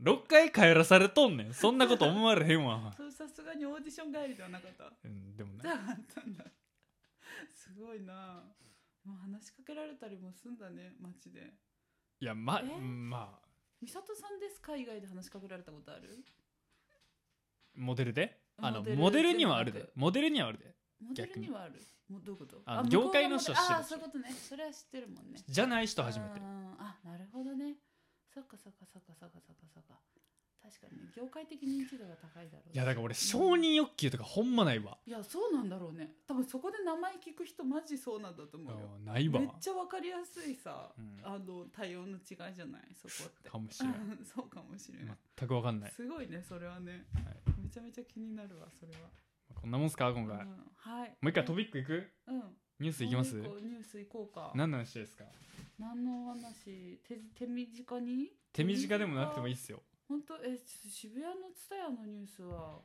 Speaker 1: 6回帰らされとんねんそんなこと思われへんわ、
Speaker 2: それさすがにオーディション帰りではなかった
Speaker 1: うん、でも
Speaker 2: じ
Speaker 1: ね
Speaker 2: <laughs> ゃああったんだすごいなもう話しかけられたりもすんだね街で
Speaker 1: いやま
Speaker 2: え
Speaker 1: まあ
Speaker 2: 「美里さんですか?」以外で話しかけられたことある
Speaker 1: モデルであの
Speaker 2: モデル
Speaker 1: モデルにはある
Speaker 2: で
Speaker 1: で
Speaker 2: はなく
Speaker 1: モデルにはあるで
Speaker 2: モデルにはあるもうどういうこと
Speaker 1: あの
Speaker 2: 向こうが
Speaker 1: 業界の人は知ってる
Speaker 2: ああそういうことねそれは知ってるもんね
Speaker 1: じゃない人初めて
Speaker 2: うんあなるほどねそっかそっかそっかそっかそっかそっか確かにね業界的認知度が高いだろうし
Speaker 1: いやだから俺承認欲求とかほんまないわ、
Speaker 2: いやそうなんだろうね多分そこで名前聞く人マジそうなんだと思うよ
Speaker 1: うんないわ
Speaker 2: めっちゃわかりやすいさ、
Speaker 1: うん
Speaker 2: あの対応の違いじゃないそこって
Speaker 1: かもしれん
Speaker 2: <laughs> そうかもしれない、
Speaker 1: 全く分かんない
Speaker 2: すごいねそれはね、めちゃめちゃ気になるわそれは、
Speaker 1: こんなもんすか今回、
Speaker 2: う
Speaker 1: も
Speaker 2: ん、はいも
Speaker 1: う一回トピックいく
Speaker 2: うん
Speaker 1: ニュースいきます
Speaker 2: もう一個ニュースいこうか
Speaker 1: 何の話ですか
Speaker 2: 何のお話手手短に
Speaker 1: 手短でもなくてもいいっすよ
Speaker 2: 本当えちょっと渋谷のツタヤのニュースは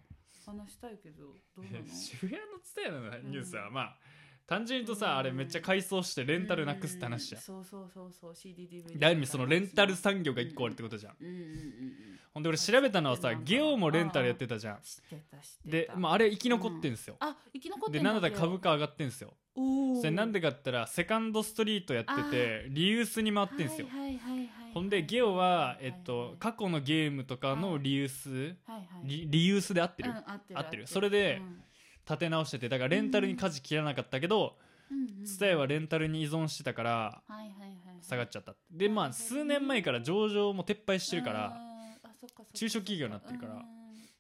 Speaker 2: 話したいけどどうなの
Speaker 1: <laughs> 渋谷のツタヤのニュースは、
Speaker 2: う
Speaker 1: まあ単純に言うとさあれめっちゃ改装してレンタルなくすって話じゃん
Speaker 2: そうそうそうそう CDDV
Speaker 1: 第二そのレンタル産業が1個あるってことじゃん
Speaker 2: うんうんうんうん
Speaker 1: ほんで俺調べたのはさ
Speaker 2: そうなんだ
Speaker 1: ゲオもレンタルやってたじゃん
Speaker 2: 知ってた知って
Speaker 1: で、
Speaker 2: た
Speaker 1: まあ、あれ生き残ってんすよ、
Speaker 2: あ生き残って
Speaker 1: で
Speaker 2: んだ
Speaker 1: なんだか株価上がってんすよ
Speaker 2: お
Speaker 1: それなんでかって言ったらセカンドストリートやっててリユースに回ってんすよ
Speaker 2: はいはいはいはいはい
Speaker 1: ほんでゲオは、えっ
Speaker 2: はいはい
Speaker 1: と、過去のゲームとかのリユース
Speaker 2: はいはい
Speaker 1: リリユースで合って
Speaker 2: う
Speaker 1: る
Speaker 2: ん合ってる
Speaker 1: 合ってるそれで立て直しててだからレンタルに舵切らなかったけど蔦屋はレンタルに依存してたから
Speaker 2: はいはいはい
Speaker 1: 下がっ
Speaker 2: ち
Speaker 1: ちゃったでまあ数年前から上場も撤廃してるから中小企業になってるからだか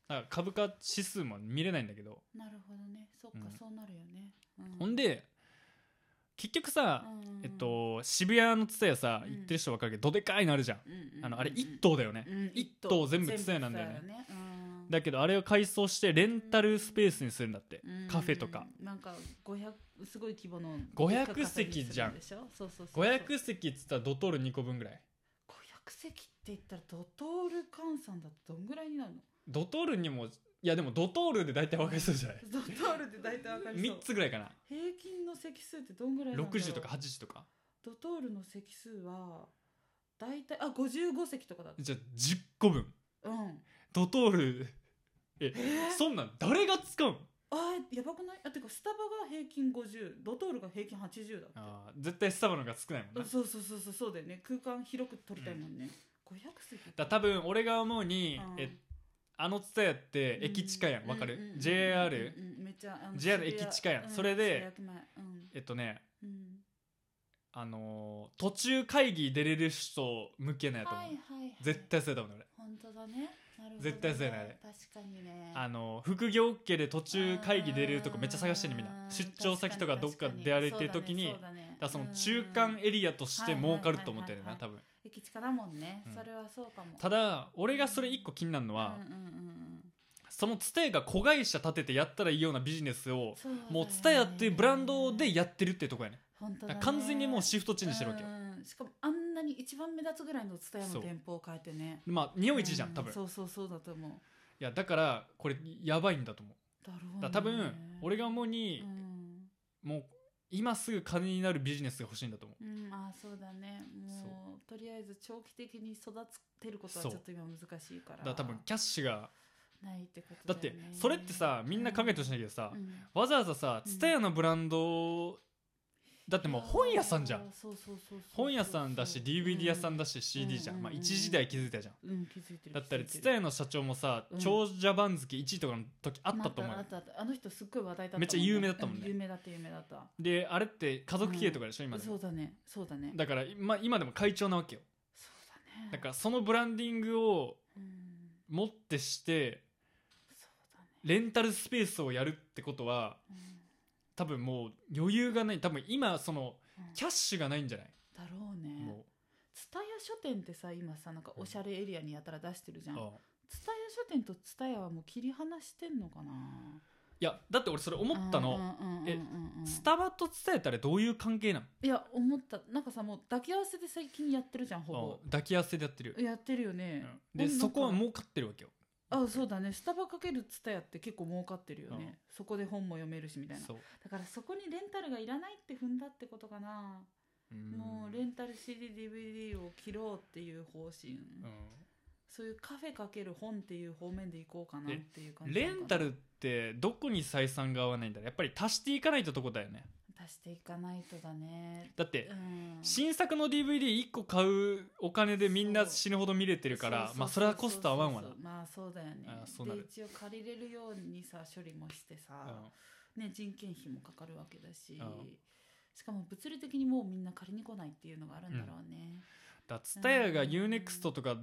Speaker 1: ら株価指数も見れないんだけど
Speaker 2: なるほどねそっか
Speaker 1: うん
Speaker 2: そうなるよねうん
Speaker 1: ほんで結局さ
Speaker 2: うん
Speaker 1: えっと渋谷の蔦屋さ
Speaker 2: うん
Speaker 1: 行ってる人分かるけどどでかいのあるじゃん
Speaker 2: うんうんうん
Speaker 1: あのあれ1棟だよね
Speaker 2: うん
Speaker 1: 一棟全部
Speaker 2: 全
Speaker 1: ツタヤなんだよね
Speaker 2: ツタヤうん
Speaker 1: だけどあれを改装してレンタルスペースにするんだって
Speaker 2: うん
Speaker 1: カフェとか
Speaker 2: なんか500すごい規模の
Speaker 1: 500席じゃん
Speaker 2: でかいカフェにするでしょそうそうそう
Speaker 1: 500席っつったらドトール2個分ぐらい
Speaker 2: 500席って言ったらドトール換算だとどんぐらいになるの
Speaker 1: ドトールにもいやでもドトールで大体分かりそうじゃない
Speaker 2: <laughs> ドトールって大体わかりそう
Speaker 1: 3つぐらいかな
Speaker 2: 平均の席数ってどんぐらいなんだろう
Speaker 1: 60とか80とか
Speaker 2: ドトールの席数は大体あ55席とかだっ
Speaker 1: じゃあ10個分
Speaker 2: たうん
Speaker 1: ドトールえ
Speaker 2: え
Speaker 1: そんなん誰が使うん
Speaker 2: あーやばくないあてかスタバが平均50ドトールが平均80だって
Speaker 1: あー絶対スタバの方が少ないもんな
Speaker 2: あそうそうそうそうそうだよね空間広く取りたいもんね、500席
Speaker 1: だ多分俺が思うに、
Speaker 2: うん
Speaker 1: えあの蔦屋って駅近やんわかる、JR、
Speaker 2: うんうんうんめっちゃあの
Speaker 1: JR
Speaker 2: 渋谷
Speaker 1: 駅近やんそれで
Speaker 2: 渋谷駅前うん
Speaker 1: えっとね
Speaker 2: うん
Speaker 1: あのー途中会議出れる人向けなんやと思う、
Speaker 2: はいはいはい
Speaker 1: 絶対そうやと思う俺、
Speaker 2: 本当だねなるほどね
Speaker 1: 絶対そうやねあれ
Speaker 2: 確かにね
Speaker 1: あのー副業 OK で途中会議出れるとこめっちゃ探してるみん
Speaker 2: う
Speaker 1: な
Speaker 2: ー
Speaker 1: 出張先とかどっか出歩いてる時に
Speaker 2: 確かに
Speaker 1: だからそ
Speaker 2: そうだねそうだね
Speaker 1: の中間エリアとして儲かると思ってるよ
Speaker 2: う
Speaker 1: なん多分
Speaker 2: うん駅近だもんね、
Speaker 1: うん
Speaker 2: それはそうかも
Speaker 1: ただ俺がそれ一個気になるのは、
Speaker 2: うんうんうん
Speaker 1: そのツタヤが子会社立ててやったらいいようなビジネスを
Speaker 2: ん、そうだね
Speaker 1: もうツタヤっていうブランドでやってるってとこやね
Speaker 2: 本当
Speaker 1: だ
Speaker 2: だ
Speaker 1: か
Speaker 2: ね
Speaker 1: ら完全にもうシフトチェンジしてるわけよ、
Speaker 2: うんうんしかもあんなに一番目立つぐらいの蔦屋
Speaker 1: そ
Speaker 2: の
Speaker 1: う
Speaker 2: 店舗を変えてね
Speaker 1: まあ日本一じゃん
Speaker 2: う
Speaker 1: 多分、い
Speaker 2: そうそうそうだと思う
Speaker 1: やだからこれやばいんだと思う
Speaker 2: だろう
Speaker 1: だ
Speaker 2: ね、
Speaker 1: から多分俺が思うに
Speaker 2: う、ん、
Speaker 1: もう今すぐ金になるビジネスが欲しいんだと思う
Speaker 2: うん、ああそうだねもうとりあえず長期的に育てることは
Speaker 1: そ
Speaker 2: ちょ
Speaker 1: う
Speaker 2: っと今難しいから
Speaker 1: だから多分キャッシュが
Speaker 2: ないってこ
Speaker 1: だ
Speaker 2: と
Speaker 1: っ
Speaker 2: よ
Speaker 1: て
Speaker 2: ね
Speaker 1: それってさみんな考えてほしいんだけどさ
Speaker 2: う、ん
Speaker 1: わざわざさ
Speaker 2: うん
Speaker 1: ツタヤのブランドをだってもう本屋さんじゃ
Speaker 2: いや
Speaker 1: ん
Speaker 2: ーそうそうそうそう
Speaker 1: 本屋さんだし DVD 屋さんだし CD じゃん、まあ一時代気づいたじゃん
Speaker 2: うん、うん、気づいてる
Speaker 1: だったり
Speaker 2: 気づい
Speaker 1: 蔦
Speaker 2: てる
Speaker 1: 屋の社長もさ、
Speaker 2: うん
Speaker 1: 長者番付1位とかの時あったと思うよ
Speaker 2: あったあったあの人すっごい話題だったもんね
Speaker 1: めっちゃ有名だったもんね
Speaker 2: う有名だった有名だった
Speaker 1: であれって家族経営とかでしょ、今で
Speaker 2: そ
Speaker 1: も
Speaker 2: うだねそうだね
Speaker 1: だから、ま、今でも会長なわけよ
Speaker 2: そうだね
Speaker 1: だからそのブランディングを
Speaker 2: うん
Speaker 1: 持ってして
Speaker 2: そうだね
Speaker 1: レンタルスペースをやるってことは
Speaker 2: うん
Speaker 1: 多分もう余裕がない多分今その
Speaker 2: うん
Speaker 1: キャッシュがないんじゃない、
Speaker 2: だろうね
Speaker 1: も
Speaker 2: 蔦屋書店ってさ今さなんかおしゃれエリアにやたら出してるじゃ
Speaker 1: うん
Speaker 2: 蔦
Speaker 1: あ
Speaker 2: 屋
Speaker 1: あ
Speaker 2: 書店と蔦屋はもう切り離してんのかない
Speaker 1: やだって俺それ思ったの、え
Speaker 2: え
Speaker 1: スタバと伝えたらどういう関係なの、
Speaker 2: いや思ったなんかさもう抱き合わせで最近やってるじゃんほぼ
Speaker 1: うん抱き合わせでやってるよ、
Speaker 2: やってるよね、
Speaker 1: うんで
Speaker 2: うんなんか
Speaker 1: そこは儲かってるわけよ
Speaker 2: あそうだねスタバかけるツタヤって結構儲かってるよね、
Speaker 1: うん
Speaker 2: そこで本も読めるしみたいな
Speaker 1: そう
Speaker 2: だからそこにレンタルがいらないって踏んだってことかな、
Speaker 1: うん
Speaker 2: もうレンタル CDDVD を切ろうっていう方針、
Speaker 1: うん
Speaker 2: そういうカフェかける本っていう方面でいこうかなっていう感じな
Speaker 1: レ
Speaker 2: のかな
Speaker 1: ンタルってどこに採算が合わないんだろうやっぱり足していかないととこだよね
Speaker 2: 足していかないとだね
Speaker 1: だって
Speaker 2: うん
Speaker 1: 新作の DVD1 個買うお金でみんな
Speaker 2: そう
Speaker 1: 死ぬほど見れてるからまあそれはコスト合わんわな
Speaker 2: そうそうそうそうまあそうだよね
Speaker 1: あそうなる
Speaker 2: で一応借りれるようにさ処理もしてさ、ね、人件費もかかるわけだし、
Speaker 1: うん
Speaker 2: しかも物理的にもうみんな借りに来ないっていうのがあるんだろうね、
Speaker 1: だツタヤが UNEXT とか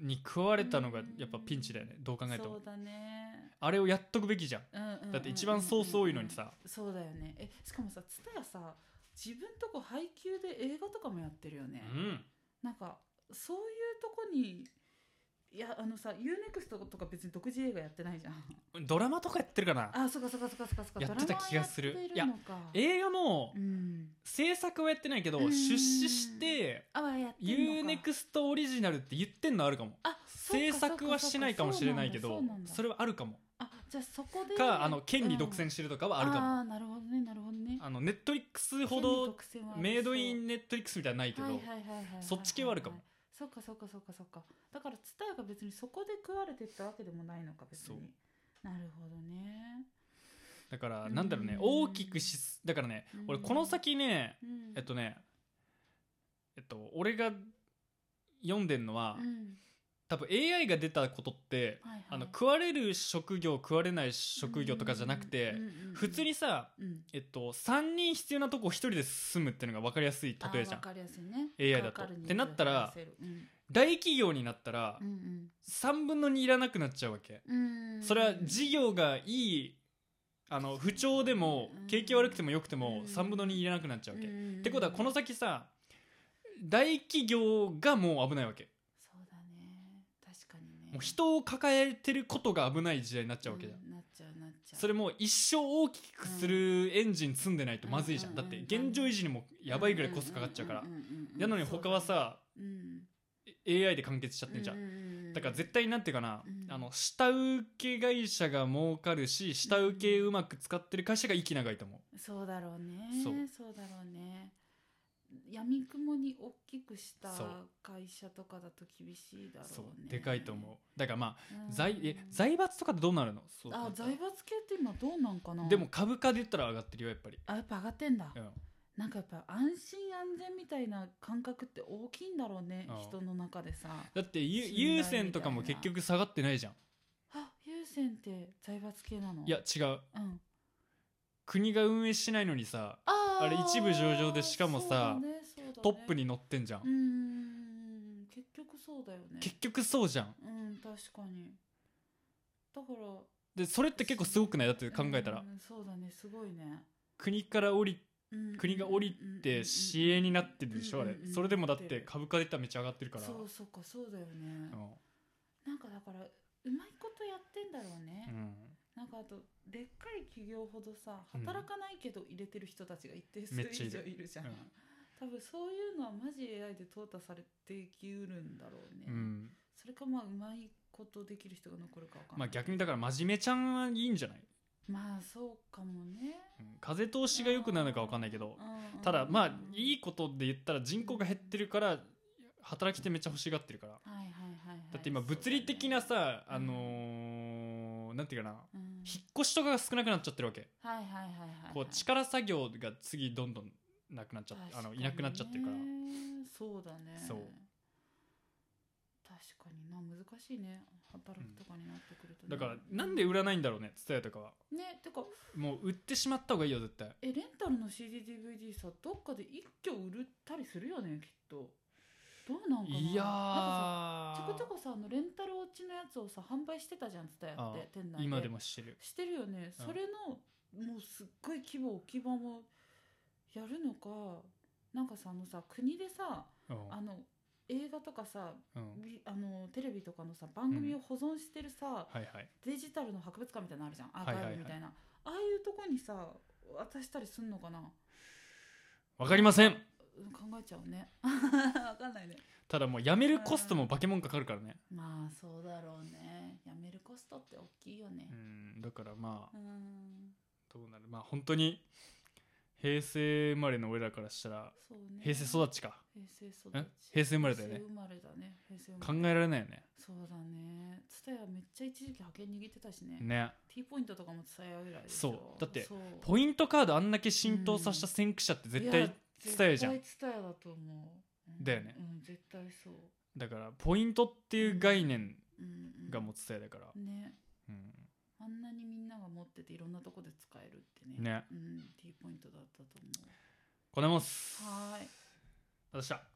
Speaker 1: に食われたのがやっぱピンチだよねどう考えて
Speaker 2: そ
Speaker 1: も
Speaker 2: うだね、
Speaker 1: あれをやっとくべきじゃん
Speaker 2: うんうんうんうんうん
Speaker 1: だって一番ソース多いのにさ
Speaker 2: そうだよねえしかもさツタヤさ自分とこ配給で映画とかもやってるよね、
Speaker 1: うん
Speaker 2: なんかそういうとこにいやあのさ UNEXT とか別に独自映画やってないじゃん
Speaker 1: ドラマとかやってるかな
Speaker 2: あそっかそっかそっかそっかそっか
Speaker 1: やってた気がする
Speaker 2: ドラマやってるのか
Speaker 1: 映画も
Speaker 2: うん
Speaker 1: 制作はやってないけど
Speaker 2: うん
Speaker 1: 出資して
Speaker 2: あやってんのか
Speaker 1: UNEXT オリジナルって言ってんのあるかも
Speaker 2: あそっ
Speaker 1: 制
Speaker 2: かそっかそっか
Speaker 1: 作はしてないかもしれないけ
Speaker 2: そ
Speaker 1: ど
Speaker 2: うなんだ
Speaker 1: それはあるかも
Speaker 2: あじゃあそこで
Speaker 1: かあの権利独占してるとかはあるかも、
Speaker 2: ああーなるほどねなるほどね
Speaker 1: あのネットリックスほ
Speaker 2: 権利
Speaker 1: ど
Speaker 2: 独占はありそう
Speaker 1: メイドインネットリックスみたいなのないけど、
Speaker 2: はいはいはいはいはい
Speaker 1: そっち系はあるかも
Speaker 2: そうかそうかそうかそうかだからツタヤが別にそこで食われてったわけでもないのか別
Speaker 1: そう
Speaker 2: になるほどね、
Speaker 1: だから
Speaker 2: うん
Speaker 1: なんだろうね大きくしすだからね
Speaker 2: うん
Speaker 1: 俺この先ね
Speaker 2: うん、
Speaker 1: えっとねえっと俺が読んでんのは、
Speaker 2: うん
Speaker 1: 多分 AI が出たことって、
Speaker 2: はいはい
Speaker 1: あの食われる職業食われない職業とかじゃなくて、
Speaker 2: うんうんうんうん
Speaker 1: 普通にさ
Speaker 2: うん
Speaker 1: えっと、3人必要なとこ1人で進むっていうのが分かりやすい例えじゃ
Speaker 2: あーわ
Speaker 1: ん
Speaker 2: かりやすいね
Speaker 1: AI だと
Speaker 2: わかるね
Speaker 1: ってなったら
Speaker 2: わかるうん
Speaker 1: 大企業になったら
Speaker 2: うん
Speaker 1: 3分の2いらなくなっちゃうわけ、
Speaker 2: うんうん
Speaker 1: それは事業がいいあの不調でも
Speaker 2: うん
Speaker 1: 景気悪くても良くても
Speaker 2: うん
Speaker 1: 3分の2いらなくなっちゃうわけ、っ
Speaker 2: って
Speaker 1: ことはこの先さ大企業がもう危ないわけ
Speaker 2: そうだね確かにね
Speaker 1: もう人を抱えてることが危ない時代になっちゃうわけじゃん、
Speaker 2: うんなっちゃうなっちゃう
Speaker 1: それも一生大きくするエンジン積んでないとまずいじゃん、
Speaker 2: うん
Speaker 1: だって現状維持にもやばいぐらいコストかかっちゃうから、
Speaker 2: んんんうん
Speaker 1: なのに他はさ
Speaker 2: そうだねうん
Speaker 1: AI で完結しちゃってんじゃん、だから絶対なんていうかな、
Speaker 2: うん
Speaker 1: あの下請け会社が儲かるし下請けうまく使ってる会社が息長いと思う
Speaker 2: そうだろうね
Speaker 1: そ
Speaker 2: そううだろうね闇雲に大きくした
Speaker 1: そう
Speaker 2: 会社とかだと厳しいだろ
Speaker 1: そう
Speaker 2: うね
Speaker 1: でかいと思うだからまあ、
Speaker 2: うん
Speaker 1: 財え財閥とかってどうなるのそうな
Speaker 2: あ
Speaker 1: んか
Speaker 2: 財閥系って今どうなんかな
Speaker 1: でも株価で言ったら上がってるよやっぱり、
Speaker 2: あやっぱ上がってんだ、
Speaker 1: うん
Speaker 2: なんかやっぱ安心安全みたいな感覚って大きいんだろうね
Speaker 1: うん
Speaker 2: 人の中でさ
Speaker 1: だってゆ
Speaker 2: 信頼
Speaker 1: 優先とかも
Speaker 2: みたい
Speaker 1: 結
Speaker 2: な
Speaker 1: 局下がってないじゃん
Speaker 2: あ優先って財閥系なの
Speaker 1: いや、違う
Speaker 2: うん、
Speaker 1: 国が運営しないのにさ
Speaker 2: あー
Speaker 1: あれ一部上場でしかもさ
Speaker 2: そうだねそうだね
Speaker 1: トップに乗ってんじゃん、
Speaker 2: うーん結局そうだよね
Speaker 1: 結局そうじゃん
Speaker 2: うん確かにだから
Speaker 1: でそれって結構すごくないだって考えたら、
Speaker 2: うんそうだねすごいね、
Speaker 1: 国から降り
Speaker 2: うん
Speaker 1: 国が降りて支援になってるでしょあれ
Speaker 2: うんうんうん
Speaker 1: それでもだっ
Speaker 2: なって
Speaker 1: て
Speaker 2: る
Speaker 1: 株価で言ったらめっちゃ上がってるから
Speaker 2: そうそうかそうだよね、
Speaker 1: う
Speaker 2: なんかだからうまいことやってんだろうね、
Speaker 1: んうん
Speaker 2: なんかあとでっかい企業ほどさ
Speaker 1: うん
Speaker 2: 働かないけど入れてる人たちが一定数
Speaker 1: めっちゃいる
Speaker 2: 以上いるじゃん、
Speaker 1: うん
Speaker 2: 多分そういうのはマジ AI で淘汰されてきうるんだろうね、
Speaker 1: うん
Speaker 2: それかまあうまいことできる人が残るかわかん
Speaker 1: まあ
Speaker 2: ない、
Speaker 1: 逆にだから真面目ちゃんはいいんじゃない、
Speaker 2: まあそうかもね、
Speaker 1: うん風通しが良くなるのか分かんないけど
Speaker 2: うん
Speaker 1: ただまあい
Speaker 2: い
Speaker 1: いことで言ったら人口が減ってるから働き手めっちゃ欲しがってるから
Speaker 2: はいはいはい、はい、
Speaker 1: だって今物理的な
Speaker 2: そうだね
Speaker 1: さあ
Speaker 2: うん
Speaker 1: のーなんていうかな
Speaker 2: うん
Speaker 1: 引っ越しとかが少なくなっちゃってるわけ
Speaker 2: はいはいはいはいはい
Speaker 1: こう力作業が次どんどんなくなっちゃっ
Speaker 2: 確
Speaker 1: て
Speaker 2: か
Speaker 1: あ
Speaker 2: にね
Speaker 1: のいなくなっちゃってるから
Speaker 2: そうだね
Speaker 1: そう
Speaker 2: 確かにな難しいね働くとかになってくると
Speaker 1: だ
Speaker 2: ね、
Speaker 1: からなんで売らないんだろうね蔦屋とかは
Speaker 2: ねてか
Speaker 1: もう売ってしまった方がいいよ絶対
Speaker 2: えレンタルの CDDVD さどっかで一挙売ったりするよねきっとどうなんかない
Speaker 1: や
Speaker 2: なんか
Speaker 1: ー
Speaker 2: さちょこちょこさあのレンタル落ちのやつをさ販売してたじゃんつたやって店内で
Speaker 1: 今でもしてる
Speaker 2: してるよね、
Speaker 1: うん
Speaker 2: それのもうすっごい規模置き場もやるのかなんかさあのさ国でさ
Speaker 1: うん
Speaker 2: あの映画とかさ
Speaker 1: うん
Speaker 2: びあのテレビとかのさ番組を保存してるさ、
Speaker 1: はいはい
Speaker 2: デジタルの博物館みたいなのあるじゃんアー
Speaker 1: はいはいは
Speaker 2: カイ
Speaker 1: い
Speaker 2: ブみたいな、ああいうとこにさ渡したりすんのかな
Speaker 1: わかりません
Speaker 2: うん考えちゃうね <laughs> わかんないね
Speaker 1: ただもうやめるコストも化け物かかるからね
Speaker 2: まあそうだろうねやめるコストって大きいよね
Speaker 1: うんだからまあ
Speaker 2: うん
Speaker 1: どうなるまあ本当に平成生まれの俺らからしたら
Speaker 2: そうね
Speaker 1: 平成育ちか
Speaker 2: 平成育
Speaker 1: ん
Speaker 2: ち
Speaker 1: 平成生まれだよね
Speaker 2: 平成生まれだね平成生ま
Speaker 1: 考
Speaker 2: れ
Speaker 1: えられないよね
Speaker 2: そうだねツタヤめっちゃ一時期派遣握ってたしね
Speaker 1: ね
Speaker 2: T ポイントとかもツタヤぐらいでしょ
Speaker 1: そうだって
Speaker 2: そう
Speaker 1: ポイントカードあんだけ浸透させた先駆者って絶
Speaker 2: い
Speaker 1: 対
Speaker 2: や
Speaker 1: 伝えじゃん
Speaker 2: 絶対伝えだと思う、うん
Speaker 1: だよね
Speaker 2: うん絶対そう、
Speaker 1: だからポイントっていう概念
Speaker 2: うんうん、
Speaker 1: がもう伝えだから
Speaker 2: ね
Speaker 1: うん
Speaker 2: あんなにみんなが持ってていろんなとこで使えるってね
Speaker 1: ね
Speaker 2: うん T ポイントだったと思う
Speaker 1: こんなもんっす
Speaker 2: はーい
Speaker 1: 私は